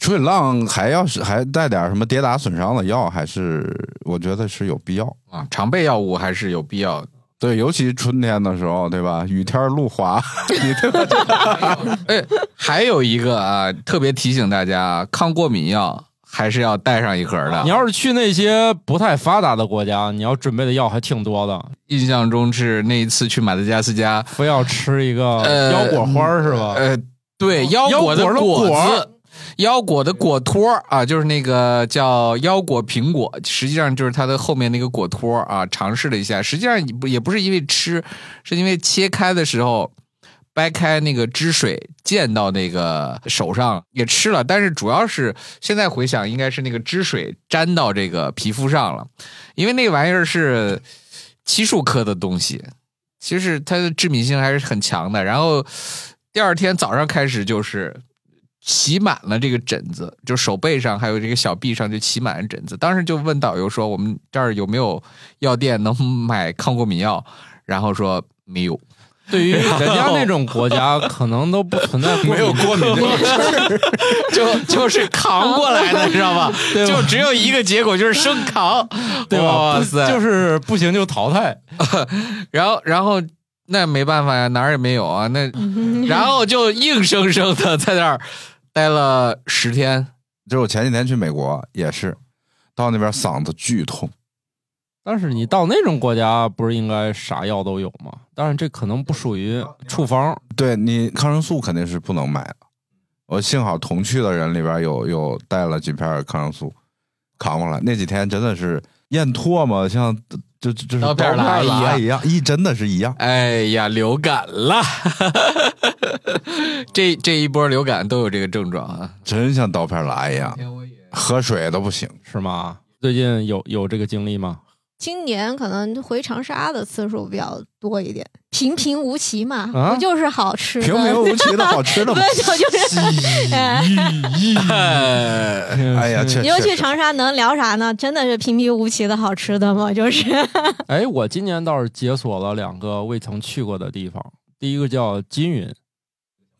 Speaker 2: 处理浪还要是还带点什么跌打损伤的药，还是我觉得是有必要。
Speaker 3: (laughs) 啊，常备药物还是有必要的。
Speaker 2: 对，尤其春天的时候，对吧？雨天路滑， (laughs)
Speaker 3: 哎，还有一个啊，特别提醒大家啊，抗过敏药还是啊要带上一盒的。
Speaker 1: 你要是去那些不太发达的国家，你要准备的药还挺多的，
Speaker 3: 印象中是那一次去马达加斯加，
Speaker 1: 非要吃一个
Speaker 3: 呃
Speaker 1: 腰果花儿是吧？
Speaker 3: 呃，对，腰
Speaker 1: 腰
Speaker 3: 果的
Speaker 1: 果的
Speaker 3: 果
Speaker 1: 果
Speaker 3: 子。腰果的果托儿啊，就是那个叫腰果苹果，实际上就是它的后面那个果托儿啊。尝试了一下，实际上也不也不是因为吃，是因为切开的时候掰开那个汁水溅到那个手上，也吃了。但是主要是现在回想，应该是那个汁水沾到这个皮肤上了，因为那玩意儿是漆树科的东西，其实它的致敏性还是很强的。然后第二天早上开始就是起满了这个疹子，就手背上还有这个小臂上就起满了疹子。当时就问导游说：“我们这儿有没有药店能买抗过敏药？”然后说没有。
Speaker 1: 对于人家那种国
Speaker 3: (laughs)
Speaker 1: 家，可能都不存在没有过敏
Speaker 3: 就就是扛过来的，知道吧？
Speaker 1: 对吧
Speaker 3: 就只有一个结果，就是生扛，
Speaker 1: 对吧？
Speaker 3: 哇
Speaker 1: 不
Speaker 3: 塞！
Speaker 1: 就是不行就淘汰。
Speaker 3: 然后然后那没办法呀，哪儿也没有啊，
Speaker 1: (laughs)
Speaker 3: 那然后就硬生生的在那儿待了十天。
Speaker 2: 就是我前几天去美国也是，到那边嗓子剧痛，
Speaker 1: 但是你到那种国家，不是应该啥药都有吗？当然，这可能不属于处方。
Speaker 2: 对你抗生素肯定是不能买的。我幸好同去的人里边有有带了几片抗生素，扛过来。那几天真的是咽唾沫像就就就是
Speaker 3: 刀片儿
Speaker 2: 刀
Speaker 3: 拉
Speaker 2: 片儿拉
Speaker 3: 一
Speaker 2: 一样，一真的是一样。
Speaker 3: 哎呀，流感了， (laughs) 这这一波流感都有这个症状啊。
Speaker 2: 真像刀片拉一
Speaker 3: 哎
Speaker 2: 样，喝水都不行。
Speaker 1: 是吗？最近有有这个经历吗？
Speaker 5: 今年可能回长沙的次数比较多一点，平平无奇嘛，
Speaker 1: 啊
Speaker 5: 不就是好吃的？
Speaker 2: 平平
Speaker 5: (laughs)
Speaker 2: 无奇的好吃的
Speaker 3: (laughs)
Speaker 5: 不
Speaker 2: 吗？
Speaker 5: 就
Speaker 2: (laughs)
Speaker 5: 就是，哎
Speaker 3: 哎
Speaker 2: 哎呀，确
Speaker 5: (laughs) 你又
Speaker 2: 确
Speaker 5: 去
Speaker 2: 实
Speaker 5: 长沙能聊啥呢？真的是平平无奇的好吃的吗？就是，
Speaker 1: (laughs) 哎，我今年倒是解锁了两个未曾去过的地方。第一个叫金云，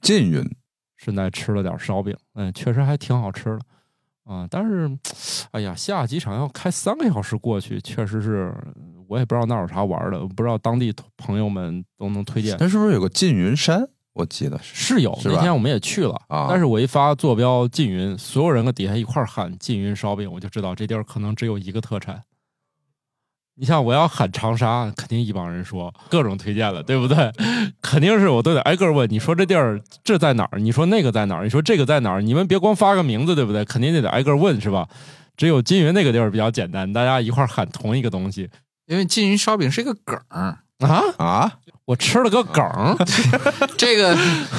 Speaker 2: 缙云
Speaker 1: 顺带吃了点烧饼，嗯，确实还挺好吃的啊、但是，哎呀，下机场要开三个小时过去，确实是我也不知道那儿有啥玩的，不知道当地朋友们都能推荐。
Speaker 2: 它是不是有个缙云山？我记得是
Speaker 1: 是有
Speaker 2: 是吧
Speaker 1: 那天我们也去了，
Speaker 2: 啊
Speaker 1: 但是我一发坐标缙云，所有人跟底下一块儿喊缙云烧饼，我就知道这地儿可能只有一个特产。你像我要喊长沙，肯定一帮人说各种推荐了，对不对？ (laughs) 肯定是我都得挨个问。你说这地儿这在哪儿？你说那个在哪儿？你说这个在哪儿？你们别光发个名字，对不对？肯定得得挨个问，是吧？只有缙云那个地儿比较简单，大家一块儿喊同一个东西
Speaker 3: 因为缙云烧饼是一个梗儿，
Speaker 1: 啊！
Speaker 2: 啊，
Speaker 1: 我吃了个梗
Speaker 3: (laughs)
Speaker 1: 儿，
Speaker 3: 这个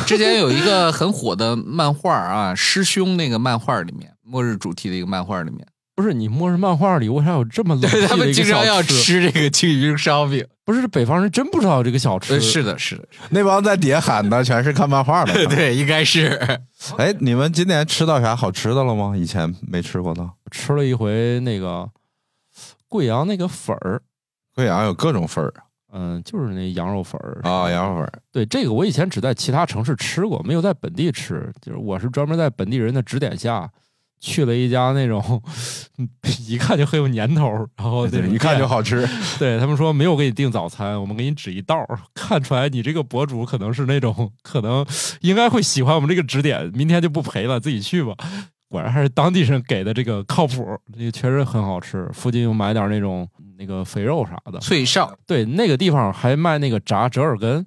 Speaker 3: 之前有一个很火的漫画啊，《师兄》那个漫画里面，末日主题的一个漫画里面，
Speaker 1: 不是你末日漫画里为啥有这么冷僻的
Speaker 3: (laughs) 对他们
Speaker 1: 一个
Speaker 3: 经常
Speaker 1: 小
Speaker 3: 要
Speaker 1: 吃
Speaker 3: 吃这个缙云烧饼。
Speaker 1: 不是北方人真不知道有这个小吃，
Speaker 3: 呃，是的，是的，
Speaker 2: 那帮在底下喊的全是看漫画的。
Speaker 3: (laughs) 对，应该 (laughs) 是
Speaker 2: 哎，你们今年吃到啥好吃的了吗？以前没吃过的。
Speaker 1: 吃了一回那个贵阳那个粉儿，
Speaker 2: 贵阳有各种粉儿
Speaker 1: 嗯，就是那羊肉粉儿
Speaker 2: 啊，羊肉粉儿。
Speaker 1: 对这个我以前只在其他城市吃过，没有在本地吃，就是我是专门在本地人的指点下。去了一家那种， (laughs) 嗯一看就很有年头儿，然后那
Speaker 2: 对
Speaker 1: 种
Speaker 2: 一看
Speaker 1: 店
Speaker 2: 就好吃，
Speaker 1: 哦 (laughs) 对他们说没有给你订早餐，我们给你指一道儿，看出来你这个博主可能是那种可能应该会喜欢我们这个指点，明天就不陪了，自己去吧。果然还是当地人给的这个靠谱，那个确实很好吃。附近又买点那种那个肥肉啥的，
Speaker 3: 脆哨。
Speaker 1: 对，那个地方还卖那个炸折耳根，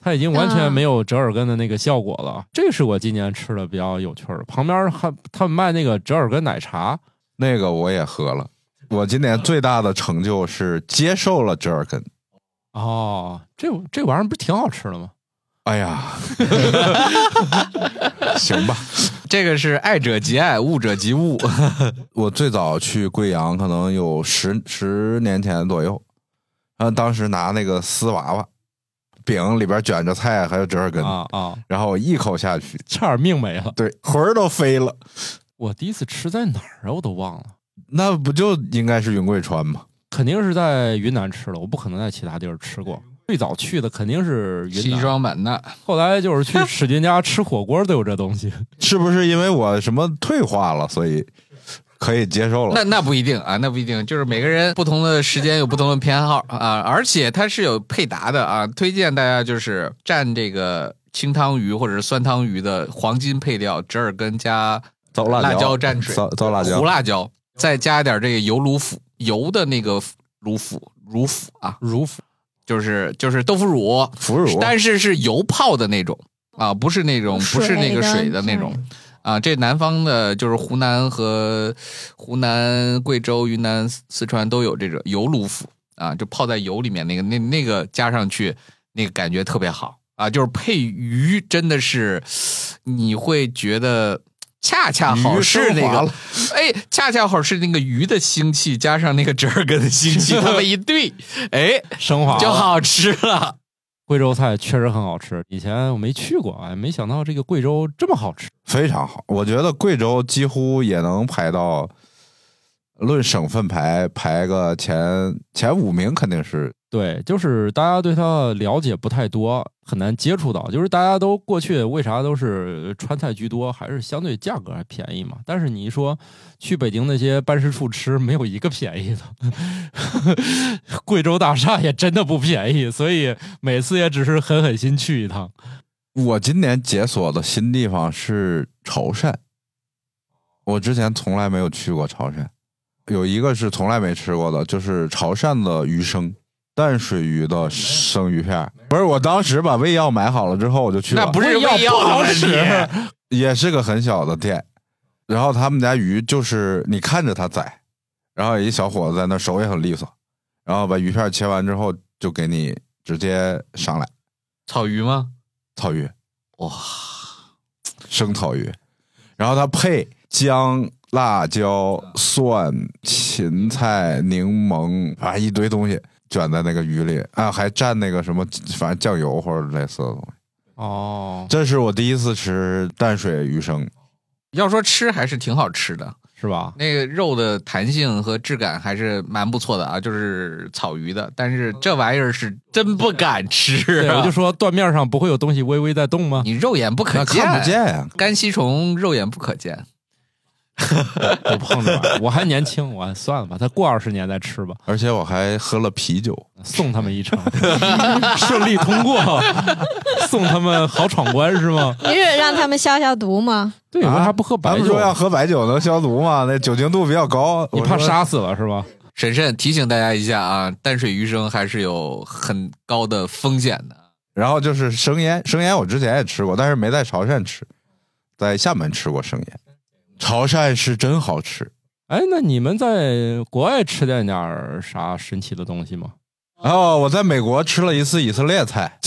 Speaker 1: 它已经完全
Speaker 5: 嗯
Speaker 1: 没有折耳根的那个效果了。这是我今年吃的比较有趣儿的。旁边还他们卖那个折耳根奶茶，
Speaker 2: (laughs) 那个我也喝了。我今年最大的成就是接受了折耳根。
Speaker 1: 哦，这这玩意儿不是挺好吃的吗？
Speaker 2: 哎呀， (laughs) 行吧。
Speaker 3: 这个是爱者即爱，物者即 (laughs) 物。
Speaker 2: 我最早去贵阳可能有十十年前左右，然后当时拿那个丝娃娃饼里边卷着菜，还有折耳根，
Speaker 1: 啊啊，
Speaker 2: 然后我一口下去，
Speaker 1: 差点命没了。
Speaker 2: 对，魂儿都飞了。
Speaker 1: 我第一次吃在哪儿啊？我都忘了，
Speaker 2: 那不就应该是云贵川吗？
Speaker 1: 肯定是在云南吃了，我不可能在其他地儿吃过。最早去的肯定是云
Speaker 3: 西
Speaker 1: 南，
Speaker 3: 双版纳，
Speaker 1: 后来就是去史军家吃火锅都有这东
Speaker 3: (laughs)
Speaker 1: 西。
Speaker 2: 是不是因为我什么退化了，所以可以接受 (laughs)
Speaker 3: 那
Speaker 2: 了？
Speaker 3: 那不一定啊，那不一定，就是每个人不同的时间有不同的偏好啊，而且它是有配搭的啊，推荐大家就是蘸这个清汤鱼或者是酸汤鱼的黄金配料折耳根加
Speaker 2: 糟辣
Speaker 3: 辣椒蘸水
Speaker 2: 糟糟辣椒
Speaker 3: 胡，辣椒，再加一点这个油卤腐油的那个卤腐乳腐啊，
Speaker 1: 如腐
Speaker 3: 就是就是豆腐乳，
Speaker 2: 腐乳，
Speaker 3: 但是是油泡的那种啊，不是那种不是那个水的那种。啊，这南方的，就是湖南和湖南、贵州、云南、四四川都有这种油卤腐啊，就泡在油里面那个那那个加上去，那个感觉特别好啊，就是配鱼真的是，你会觉得恰恰好
Speaker 2: 鱼
Speaker 3: 是
Speaker 2: 升
Speaker 3: 那
Speaker 2: 华
Speaker 3: 个
Speaker 2: 了，
Speaker 3: 哎，恰恰好是那个鱼的腥气加上那个折耳根的
Speaker 2: (laughs)
Speaker 3: 腥气，它们一对，哎，
Speaker 1: 升华了
Speaker 3: 就好吃了。
Speaker 1: 啊贵州菜确实很好吃，以前我没去过，哎，没想到这个贵州这么好吃。
Speaker 2: 非常好。我觉得贵州几乎也能排到，论省份排排个前前五名肯定是
Speaker 1: 对，就是大家对它的了解不太多，很难接触到。就是大家都过去为啥都是川菜居多，还是相对价格还便宜嘛？但是你一说去北京那些办事处吃，没有一个便宜的， (laughs) 贵州大厦也真的不便宜，所以每次也只是狠狠心去一趟。
Speaker 2: 我今年解锁的新地方是潮汕，我之前从来没有去过潮汕。有一个是从来没吃过的，就是潮汕的鱼生，淡水鱼的生鱼片儿。不是，我当时把胃药买好了之后，我就去了。
Speaker 3: 那不是
Speaker 1: 不是
Speaker 3: 胃
Speaker 1: 药不
Speaker 3: 药
Speaker 1: 好
Speaker 3: 的问题
Speaker 1: 使
Speaker 2: 也是个很小的店，然后他们家鱼就是你看着他宰，然后一小伙子在那手也很利索，然后把鱼片切完之后就给你直接上来
Speaker 3: 草鱼吗？
Speaker 2: 草鱼，
Speaker 3: 哇，
Speaker 2: 生草鱼，然后它配姜、辣椒、蒜、芹菜、柠檬啊一堆东西卷在那个鱼里啊，还蘸那个什么，反正酱油或者类似的东西。
Speaker 1: 哦，
Speaker 2: 这是我第一次吃淡水鱼生，
Speaker 3: 要说吃还是挺好吃的，
Speaker 1: 是吧？
Speaker 3: 那个肉的弹性和质感还是蛮不错的啊，就是草鱼的，但
Speaker 2: 嗯
Speaker 3: 是这玩意儿是真不敢吃、
Speaker 1: 对，
Speaker 3: 啊，
Speaker 1: 我就说断面上不会有东西微微在动吗？(laughs)
Speaker 3: (laughs) 你肉眼不可
Speaker 2: 那
Speaker 3: 见，
Speaker 2: 看不见呀、
Speaker 3: 干吸虫肉眼不可见，
Speaker 1: 都碰着了，我还年轻，我还算了吧，再过二十年再吃吧，
Speaker 2: 而且我还喝了啤酒。
Speaker 1: 送他们一程， (laughs) 顺利通过，送他们好闯关是吗？
Speaker 5: 你是让他们消消毒吗？
Speaker 1: 对，为啥不喝
Speaker 2: 啊咱
Speaker 1: 哦白
Speaker 2: 们
Speaker 1: 酒
Speaker 2: 说？要喝白酒能消毒吗？那酒精度比较高，
Speaker 1: 你
Speaker 2: 我
Speaker 1: 怕
Speaker 2: 说
Speaker 1: 杀死了是吧？
Speaker 3: 审慎提醒大家一下啊，淡水鱼生还是有很高的风险的。
Speaker 2: 然后就是生腌，生腌我之前也吃过，但是没在潮汕吃，在厦门吃过生腌。潮汕是真好吃
Speaker 1: 哎，那你们在国外吃点点儿啥神奇的东西吗？
Speaker 2: 哦！我在美国吃了一次以色列
Speaker 3: (laughs)
Speaker 2: 菜，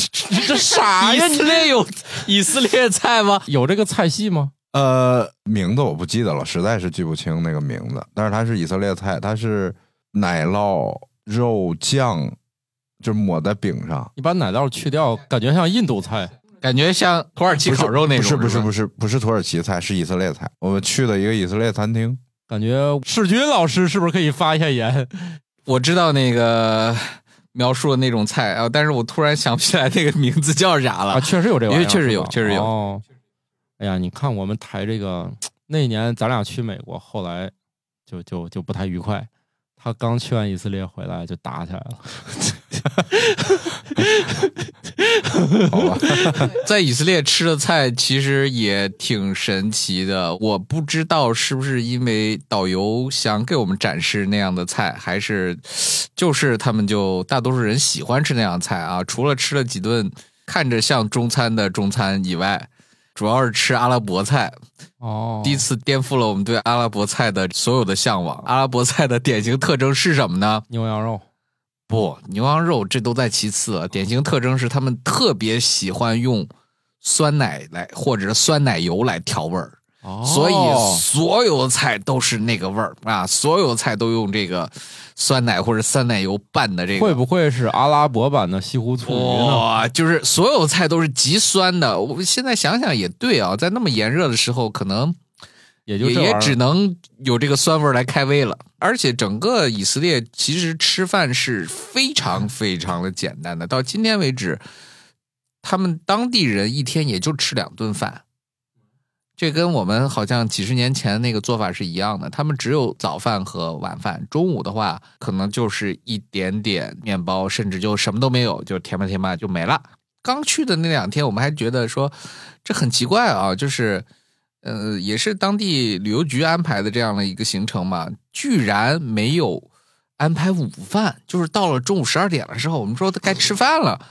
Speaker 1: 这啥
Speaker 3: 以色列有以色列菜吗？
Speaker 1: 有这个菜系吗？
Speaker 2: 呃，名字我不记得了，实在是记不清那个名字。但是它是以色列菜，它是奶酪、肉酱，就抹在饼上。
Speaker 1: 你把奶酪去掉，感觉像印度菜。
Speaker 3: 感觉像土耳其烤肉那种，
Speaker 2: 不是不是不
Speaker 3: 是
Speaker 2: 是不是土耳其菜，是以色列菜。我们去的一个以色列餐厅，
Speaker 1: 感觉世军老师是不是可以发一下言？
Speaker 3: 吧，我知道那个描述的那种菜啊，但是我突然想不起来那个名字叫啥了
Speaker 1: 啊，。确实有这玩意儿，
Speaker 3: 因为确实有
Speaker 1: 是吧
Speaker 3: 确实有
Speaker 1: 哦，哎呀，你看我们台这个，那年咱俩去美国，后来就就就不太愉快。他刚去完以色列回来就打起来了，
Speaker 2: 好吧？
Speaker 3: (laughs) 在以色列吃的菜其实也挺神奇的，我不知道是不是因为导游想给我们展示那样的菜，还是就是他们就大多数人喜欢吃那样的菜啊。除了吃了几顿看着像中餐的中餐以外，主要是吃阿拉伯菜，
Speaker 1: 哦
Speaker 3: 第一次颠覆了我们对阿拉伯菜的所有的向往。阿拉伯菜的典型特征是什么呢？
Speaker 1: 牛羊肉，
Speaker 3: 不，牛羊肉这都在其次啊了。典型特征是他们特别喜欢用酸奶来或者是酸奶油来调味儿，
Speaker 1: 哦
Speaker 3: 所以所有的菜都是那个味儿啊，所有的菜都用这个酸奶或者酸奶油拌的这个。
Speaker 1: 会不会是阿拉伯版的西湖醋鱼呢？
Speaker 3: 哇、就是所有菜都是极酸的。我现在想想也对啊，在那么炎热的时候，可能
Speaker 1: 也就
Speaker 3: 也
Speaker 1: 这玩意
Speaker 3: 也
Speaker 1: 儿
Speaker 3: 只能有这个酸味儿来开胃了。而且整个以色列其实吃饭是非常非常的简单的，到今天为止，他们当地人一天也就吃两顿饭。这跟我们好像几十年前那个做法是一样的，他们只有早饭和晚饭，中午的话可能就是一点点面包，甚至就什么都没有，就填吧填吧就没了。刚去的那两天，我们还觉得说这很奇怪啊，就是呃，也是当地旅游局安排的这样的一个行程嘛，居然没有安排午饭，就是到了中午十二点的时候，我们说该吃饭了，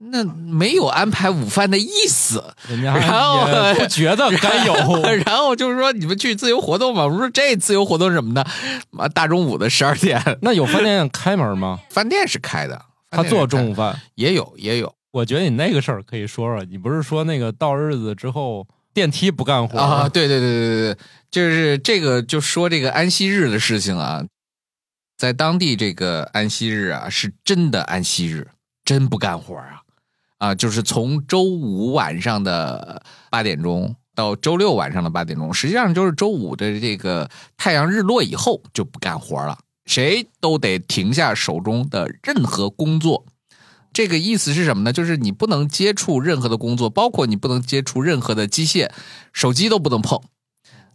Speaker 3: 那没有安排午饭的意
Speaker 1: (laughs)
Speaker 3: 思。
Speaker 1: 人家
Speaker 3: 然后
Speaker 1: 也不觉得该有
Speaker 3: (laughs) 然后就是说你们去自由活动嘛，我们说这自由活动是什么呢？妈大中午的十二点，
Speaker 1: 那有饭店开门吗？
Speaker 3: 饭店是开的，
Speaker 1: 他做中
Speaker 3: 午
Speaker 1: 午饭。
Speaker 3: 也有也有
Speaker 1: 我觉得你那个事儿可以说说，你不是说那个到日子之后电梯不干活
Speaker 3: 啊，对对对对对，就是这个就说这个安息日的事情啊，在当地这个安息日啊，是真的安息日，真不干活啊啊，就是从周五晚上的八点钟到周六晚上的八点钟，实际上就是周五的这个太阳日落以后就不干活了，谁都得停下手中的任何工作。这个意思是什么呢？就是你不能接触任何的工作，包括你不能接触任何的机械，手机都不能碰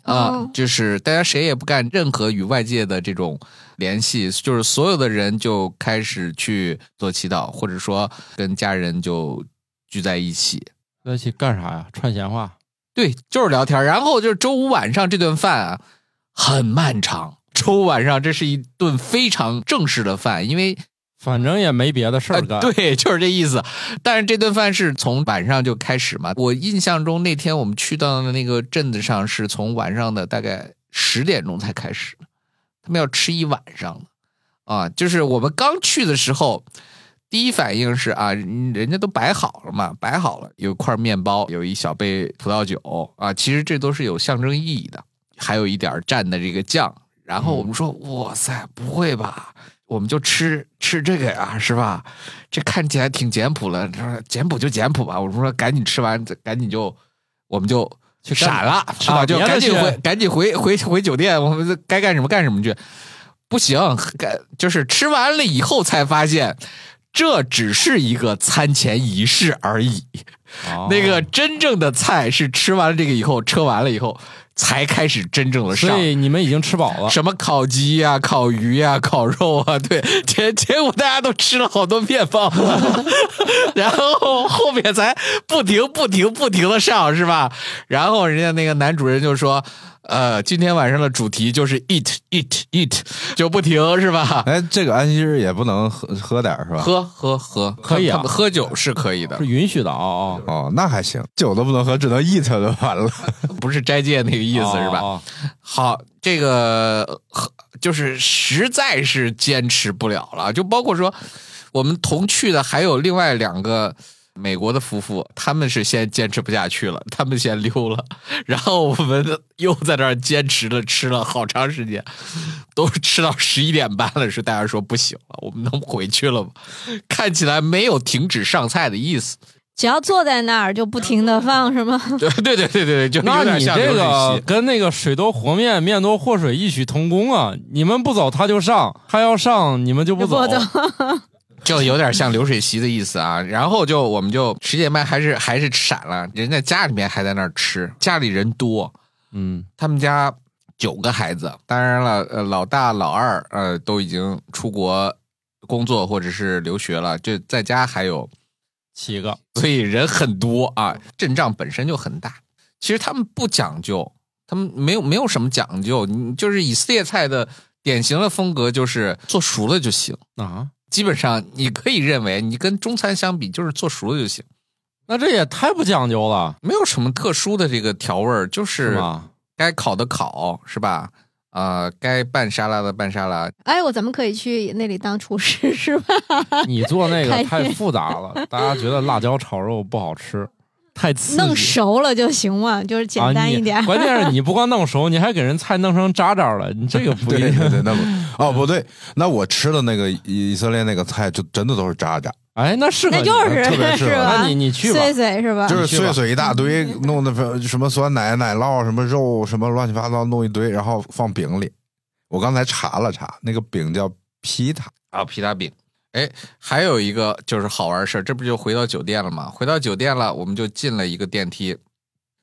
Speaker 3: 啊、
Speaker 5: 哦
Speaker 3: 就是大家谁也不干任何与外界的这种联系，就是所有的人就开始去做祈祷，或者说跟家人就聚在一起。
Speaker 1: 那去干啥呀？串闲话。
Speaker 3: 对，就是聊天儿。然后就是周五晚上这顿饭啊，很漫长。周五晚上这是一顿非常正式的饭，因为
Speaker 1: 反正也没别的事儿干、
Speaker 3: 呃对，就是这意思。但是这顿饭是从晚上就开始嘛。我印象中那天我们去到的那个镇子上，是从晚上的大概十点钟才开始，他们要吃一晚上的啊。就是我们刚去的时候，第一反应是啊，人人家都摆好了嘛，摆好了，有一块面包，有一小杯葡萄酒啊，其实这都是有象征意义的，还有一点儿蘸的这个酱。然后我
Speaker 1: 嗯
Speaker 3: 们说，哇塞，不会吧？我们就吃吃这个呀，是吧？这看起来挺简朴了，他说简朴就简朴吧。我说赶紧吃完，赶紧就我们就
Speaker 1: 去干
Speaker 3: 闪了，是吧？
Speaker 1: 啊
Speaker 3: 就
Speaker 1: 别的
Speaker 3: 赶紧
Speaker 1: 去
Speaker 3: 回赶紧回回回酒店，我们该干什么干什么去。不行，干就是吃完了以后才发现，这只是一个餐前仪式而已。
Speaker 1: 哦
Speaker 3: 那个真正的菜是吃完了这个以后，吃完了以后才开始真正的上
Speaker 1: 所。以你们已经吃饱了。
Speaker 3: 什么烤鸡呀、烤鱼呀、烤肉啊，对， (laughs) 结结果大家都吃了好多面包， (laughs) 然后后面才不停、不停、不停的上，是吧？然后人家那个男主人就说：“呃，今天晚上的主题就是 eat eat eat，就不停，是吧？
Speaker 2: 哎，这个安息日也不能喝喝点儿是吧？
Speaker 3: 嗯喝喝喝，
Speaker 1: 可以啊
Speaker 3: 他们喝酒是可以的
Speaker 1: 是，允许的哦哦，
Speaker 2: 哦，那还行，酒都不能喝，只能 eat 就完
Speaker 3: (laughs)
Speaker 2: 了。
Speaker 3: 不是斋戒那个意
Speaker 1: 意
Speaker 3: 思，是吧？
Speaker 1: 哦
Speaker 3: 好，这个呃就是实在是坚持不了了，就包括说我们同去的还有另外两个美国的夫妇，他们是先坚持不下去了，他们先溜了，然后我们又在那儿坚持了吃了好长时间，都吃到十一点半了，是大家说不行了，我们能回去了吗？看起来没有停止上菜的意思，
Speaker 5: 只要坐在那儿就不停的放是吗？
Speaker 3: 对对对对对，就有
Speaker 1: 那
Speaker 3: 点
Speaker 1: 你
Speaker 3: 像
Speaker 1: 这
Speaker 3: 流水
Speaker 1: 个
Speaker 3: 席
Speaker 1: 跟那个水多和面，面多和水异曲同工啊！你们不走，他就上；他要上，你们就不走。
Speaker 5: 就不
Speaker 3: 就有点像流水席的意思啊。然后就我们就十点半还是还是闪了，人家家里面还在那儿吃，家里人多，
Speaker 1: 嗯，
Speaker 3: 他们家九个孩子，当然了，呃，老大老二呃都已经出国工作或者是留学了，就在家还有，
Speaker 1: 七个
Speaker 3: 所以人很多啊，阵仗本身就很大。其实他们不讲究，他们没有没有什么讲究，你就是以色列菜的典型的风格就是做熟了就行。
Speaker 1: 啊，
Speaker 3: 基本上你可以认为，你跟中餐相比，就是做熟了就行，
Speaker 1: 那这也太不讲究了，
Speaker 3: 没有什么特殊的这个调味儿，就是是
Speaker 1: 吗？
Speaker 3: 该烤的烤，是吧？呃，该拌沙拉的拌沙拉，
Speaker 5: 哎，我咱们可以去那里当厨师是吧？
Speaker 1: 你做那个
Speaker 5: 开心
Speaker 1: 太复杂了，大家觉得辣椒炒肉不好吃，太刺激。
Speaker 5: 弄熟了就行嘛，就是简单一点。
Speaker 1: 啊你关键是你不光弄熟，你还给人菜弄成渣渣了，你这个不一
Speaker 2: 对
Speaker 1: 定
Speaker 2: (laughs) 对对，那不哦不对，那我吃的那个以以色列那个菜就真的都是渣渣，
Speaker 1: 哎，那是个
Speaker 5: 那就是
Speaker 2: 特别适
Speaker 5: 是
Speaker 2: 合
Speaker 5: 吧？
Speaker 1: 那你你去吧，
Speaker 5: 碎碎是吧
Speaker 2: 就？是
Speaker 1: 你去吧
Speaker 2: 碎碎一大堆，弄的什么酸奶、奶酪、什么肉、什么乱七八糟弄一堆，然后放饼里。我刚才查了查，那个饼叫皮塔，
Speaker 3: 啊，皮大饼。哎，还有一个就是好玩的事儿，这不就回到酒店了吗？回到酒店了，我们就进了一个电梯，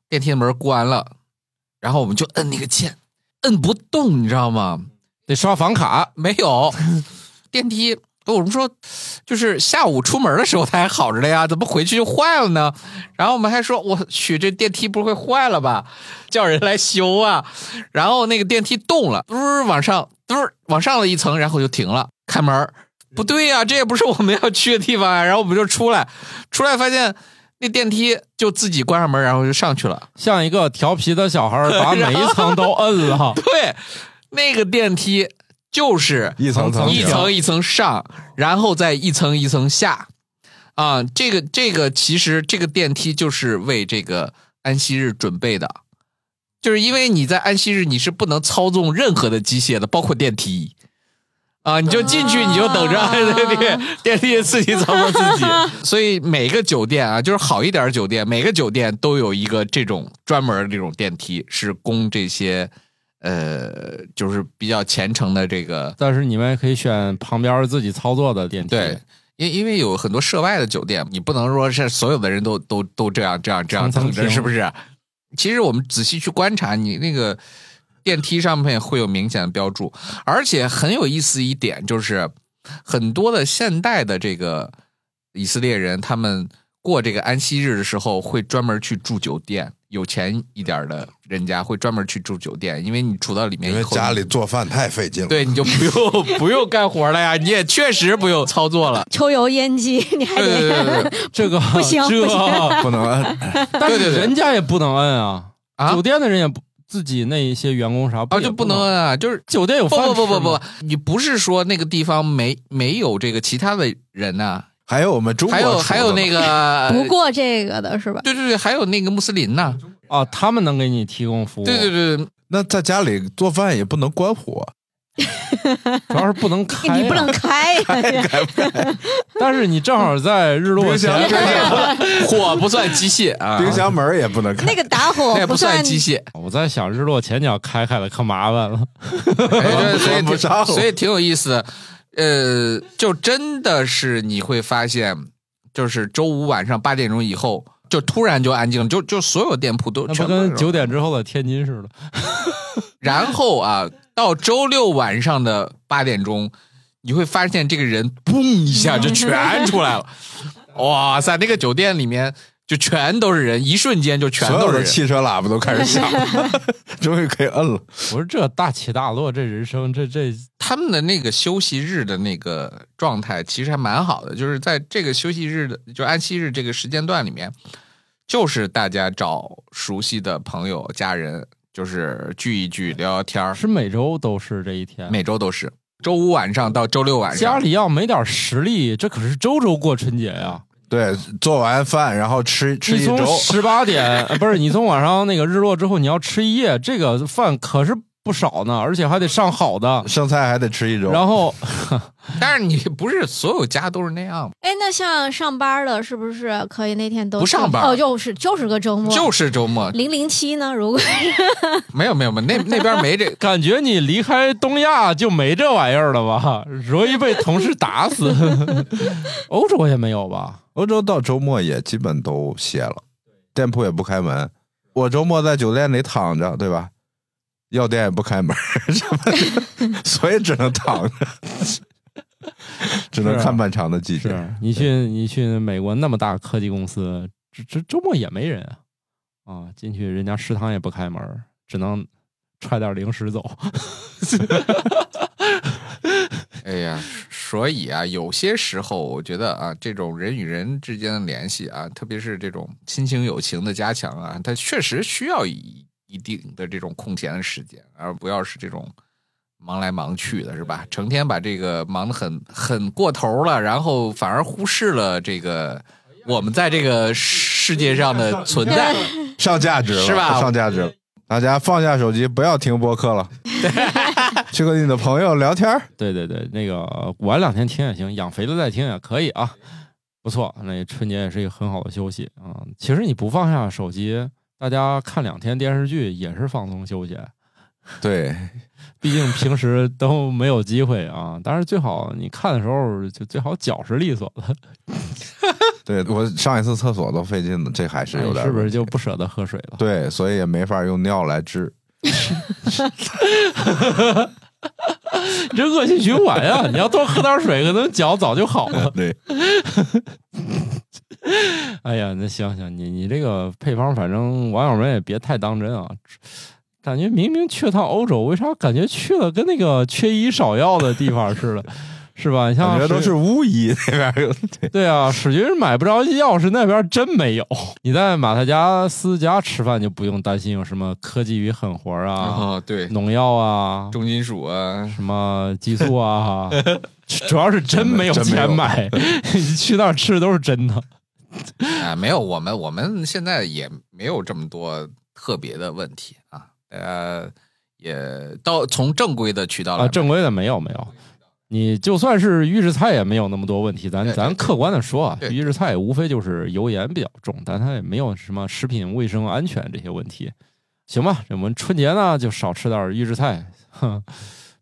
Speaker 3: 电梯的门关了，然后我们就摁那个键，摁不动，你知道吗？
Speaker 1: 得刷房卡。
Speaker 3: 没有， (laughs) 电梯。我们说，就是下午出门的时候它还好着了呀，怎么回去就坏了呢？然后我们还说，我去，这电梯不会坏了吧？叫人来修啊。然后那个电梯动了，嘟儿往上，嘟儿往上了一层，然后就停了。开门儿，不对呀、这也不是我们要去的地方啊。然后我们就出来，出来发现那电梯就自己关上门，然后就上去了。，
Speaker 1: 像一个调皮的小孩儿，
Speaker 5: (laughs)
Speaker 1: 把每一层都摁了
Speaker 3: 对，那个电梯就是
Speaker 2: 一层层
Speaker 1: 层
Speaker 3: 一
Speaker 2: 饼
Speaker 3: 层一层上，然后再一层一层下。啊，这个这个其实这个电梯就是为这个安息日准备的，就是因为你在安息日你是不能操纵任何的机械的，包括电梯。啊，你就进去，你就等着
Speaker 5: 啊
Speaker 3: (laughs) 电梯，电梯自己操作自己。所以每个酒店啊，就是好一点的酒店，每个酒店都有一个这种专门的这种电梯，是供这些呃，就是比较虔诚的这个
Speaker 1: 但是你们也可以选旁边自己操作的电梯。
Speaker 3: 对，，因因为有很多涉外的酒店，你不能说是所有的人都都都这样这样这样
Speaker 1: 层层
Speaker 3: 等着，
Speaker 1: 停
Speaker 3: 是不是？其实我们仔细去观察，你那个电梯上面会有明显的标注，而且很有意思一点就是，很多的现代的这个以色列人，他们过这个安息日的时候，会专门去住酒店。有钱一点的人家会专门去住酒店，因为你住到里面
Speaker 2: 因
Speaker 3: 以
Speaker 2: 为
Speaker 3: 后，
Speaker 2: 家里做饭太费劲了。，
Speaker 3: 哎对你就不用 (laughs) 不用干活了呀，你也确实不用操作了。
Speaker 5: 抽油烟机，你还
Speaker 3: 对对对
Speaker 5: 得
Speaker 3: 对对
Speaker 1: 这个
Speaker 5: 不行
Speaker 1: 这
Speaker 5: 不行
Speaker 2: 不能摁。
Speaker 3: (laughs)
Speaker 1: 但
Speaker 3: 对
Speaker 1: 是
Speaker 3: 对对
Speaker 1: 人家也不能摁啊，
Speaker 3: 啊
Speaker 1: 酒店的人也不自己那一些员工啥
Speaker 3: 啊，
Speaker 1: 也
Speaker 3: 就
Speaker 1: 不
Speaker 3: 不能。摁啊，就是
Speaker 1: 酒店有
Speaker 3: 不
Speaker 1: 饭
Speaker 3: 不不不
Speaker 1: 吃吗
Speaker 3: 不，，你不是说那个地方没没有这个其他的人呐、
Speaker 2: 还有我们中国
Speaker 3: 还有还有那
Speaker 2: 个，
Speaker 3: 个，
Speaker 5: 不过这个的是吧？
Speaker 3: 对对对，还有那个穆斯林呐、
Speaker 1: 啊，他们能给你提供服务，
Speaker 3: 对对，对对，
Speaker 2: 那在家里做饭也不能关火，
Speaker 1: 主要是不能开啊，
Speaker 5: 你不能开呀！
Speaker 1: 但是你正好在日落
Speaker 2: 冰箱
Speaker 1: 前，
Speaker 3: 火不算机械啊，
Speaker 2: 冰箱门儿也不能开
Speaker 5: 那。个打
Speaker 3: 那
Speaker 5: 火
Speaker 3: 也不
Speaker 5: 算
Speaker 3: 算机械，
Speaker 1: 我在想日落前你要开开了可麻烦了，
Speaker 3: 哎对所以
Speaker 2: 不
Speaker 3: 挺
Speaker 2: 上了
Speaker 3: 所以挺有意思的。呃，就真的是你会发现，就是周五晚上八点钟以后，就突然就安静了，就就所有店铺都
Speaker 1: 那
Speaker 3: 全
Speaker 1: 不
Speaker 3: 部
Speaker 1: 跟
Speaker 3: 是
Speaker 1: 九点之后的天津似的。
Speaker 3: (laughs) 然后啊，到周六晚上的八点钟，你会发现这个人嘣一下就全出 (laughs) 来了。哇塞，那个酒店里面就全都是人，一瞬间就全
Speaker 2: 所有
Speaker 3: 都是
Speaker 2: 的
Speaker 3: 人。
Speaker 2: 汽车喇叭都开始响了，终于可以摁了。
Speaker 1: 我说这大起大落，这人生这这
Speaker 3: 他们的那个休息日的那个状态其实还蛮好的，就是在这个休息日的就安息日这个时间段里面，就是大家找熟悉的朋友、家人，就是聚一聚、聊聊天儿。
Speaker 1: 是每周都是这一天。
Speaker 3: 每周都是周五晚上到周六晚上，
Speaker 1: 家里要没点实力，这可是周周过春节呀、
Speaker 2: 对，做完饭然后吃嗯吃
Speaker 1: 你
Speaker 2: 一
Speaker 1: 从
Speaker 2: 周，
Speaker 1: 十八点呃不是你从晚上那个日落之后，你要吃一夜，这个饭可是不少呢，而且还得上好的。
Speaker 2: 剩菜还得吃一周。
Speaker 1: 然后。
Speaker 3: 但是你不是所有家都是那样，
Speaker 5: 哎，那像上班的，是不是可以那天都
Speaker 3: 不上班
Speaker 5: 哦，就是就是个周末，
Speaker 3: 就是周 (laughs) 末
Speaker 5: 零零七呢？如果
Speaker 3: 没有没有没有，那那边没这
Speaker 1: 感觉你离开东亚就没这玩意儿了吧？ (laughs) 容易被同事打死。 (laughs) 欧洲也没有吧？
Speaker 2: 欧洲到周末也基本都歇了，店铺也不开门。我周末在酒店里躺着，对吧？药店也不开门， (laughs) 什么的所以只能躺着，只能看漫长的季节。
Speaker 1: 是啊你去你去美国那么大科技公司，这这周末也没人啊，啊，进去人家食堂也不开门儿，只能揣点零食走。(laughs)
Speaker 3: (laughs) 哎呀，所以啊，有些时候我觉得啊，这种人与人之间的联系啊，特别是这种亲情友情的加强啊，它确实需要一一定的这种空闲的时间，而不要是这种忙来忙去的，是吧？成天把这个忙得很很过头了，然后反而忽视了这个我们在这个世界上的存在。
Speaker 2: 上价值了，
Speaker 3: 是吧
Speaker 2: 上价值了。大家放下手机，不要听播客
Speaker 3: (laughs)
Speaker 2: 了，去跟你的朋友聊天儿。
Speaker 1: 对对对，那个晚两天听也行，养肥了再听也可以啊。不错，那春节也是一个很好的休息啊、其实你不放下手机，大家看两天电视剧也是放松休闲。
Speaker 2: 对，
Speaker 1: 毕竟平时都没有机会啊，但是最好你看的时候就最好脚是利索的，
Speaker 2: 对我上一次厕所都费劲了，这还是有点，
Speaker 1: 是不是就不舍得喝水了？
Speaker 2: 对，所以也没法用尿来治。
Speaker 1: (laughs) 你这恶性循环呀、你要多喝点水，可能脚早就好了。 (laughs)
Speaker 2: 对，
Speaker 1: 哎呀，那行行，你你这个配方，反正网友们也别太当真啊。感觉明明去趟欧洲，为啥感觉去了跟那个缺医少药的地方似的，是吧？你像
Speaker 2: 感觉都
Speaker 1: 是
Speaker 2: 是巫医那边儿有，对
Speaker 1: 对啊，史军买不着钥匙，那边真没有。 (laughs) 你在马特加斯家吃饭就不用担心有什么科技与狠活啊、
Speaker 3: 哦，对，
Speaker 1: 农药啊、
Speaker 3: 重金属啊，
Speaker 1: 什么激素啊，主要是真没有
Speaker 2: 真没有
Speaker 1: 钱买，你 (laughs) 去那儿吃的都是真的。
Speaker 3: 啊，没有，我们我们现在也没有这么多特别的问题啊，大家也到从正规的渠道来
Speaker 1: 啊，
Speaker 3: 买，
Speaker 1: 正规的没有没有。你就算是预制菜也没有那么多问题，咱
Speaker 3: 对对
Speaker 1: 咱
Speaker 3: 对
Speaker 1: 客观的说啊，
Speaker 3: 对
Speaker 1: 预制菜无非就是油盐比较重，但它也没有什么食品卫生安全这些问题，行吧？我们春节呢就少吃点预制菜。哼，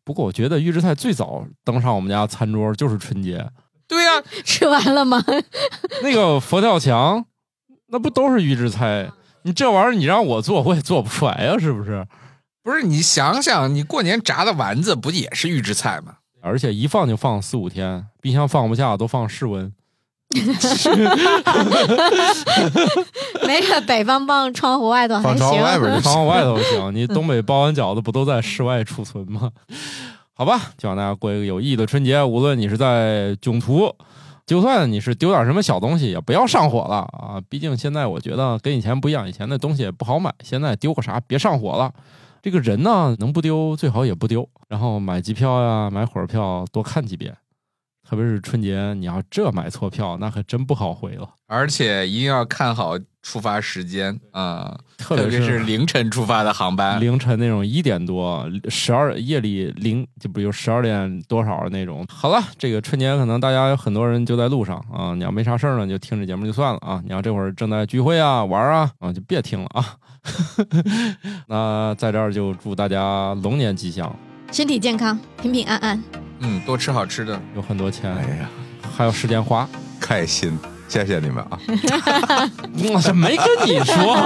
Speaker 1: 不过我觉得预制菜最早登上我们家餐桌就是春节，
Speaker 3: 对呀、
Speaker 5: (laughs) 吃完了吗？
Speaker 1: (laughs) 那个佛跳墙，那不都是预制菜？你这玩意儿你让我做我也做不出来呀、是不是？
Speaker 3: 不是你想想，你过年炸的丸子不也是预制菜吗？
Speaker 1: 而且一放就放四五天，冰箱放不下，都放室温。
Speaker 5: 没事，北方放窗户外头还
Speaker 2: 放窗户外边 (laughs) 儿
Speaker 5: 行。
Speaker 2: 就
Speaker 1: 放往
Speaker 2: 行。
Speaker 1: 外头行。你东北包完饺子不都在室外储存吗？ (laughs) 好吧，希望大家过一个有意义的春节。无论你是在囧途，就算你是丢点什么小东西，也不要上火了啊！毕竟现在我觉得跟以前不一样，以前的东西也不好买，现在丢个啥别上火了。这个人呢，能不丢最好也不丢。然后买机票呀，买火车票多看几遍，特别是春节，你要这买错票，那可真不好回了。
Speaker 3: 而且一定要看好出发时间啊、
Speaker 1: 特
Speaker 3: 特
Speaker 1: 别
Speaker 3: 别是凌晨出发的航班。
Speaker 1: 凌晨那种一点多、十二夜里零，就比如十二点多少那种。好了，这个春节可能大家有很多人就在路上啊，你要没啥事儿呢，就听这节目就算了啊。你要这会儿正在聚会啊、玩啊，啊就别听了啊。 (laughs) 那在这儿就祝大家龙年吉祥，
Speaker 5: 身体健康，平平安安。
Speaker 3: 嗯，多吃好吃的。
Speaker 1: 有很多钱，
Speaker 2: 哎呀，
Speaker 1: 还有时间
Speaker 2: (laughs)
Speaker 1: 花。
Speaker 2: 开心，谢谢你们啊！
Speaker 1: 我这嗯没跟你
Speaker 2: (laughs)
Speaker 1: 说，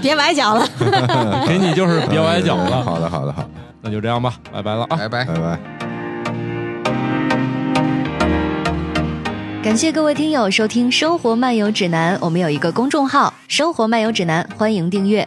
Speaker 5: 别崴脚了。
Speaker 1: 给你就是别
Speaker 2: 哎
Speaker 1: 崴脚了。
Speaker 2: 嗯好的，好的，好的，
Speaker 1: 那就这样吧，拜拜了啊。
Speaker 3: 拜拜。
Speaker 2: 拜拜。
Speaker 6: 感谢各位听友收听《生活漫游指南》，我们有一个公众号《生活漫游指南》，欢迎订阅。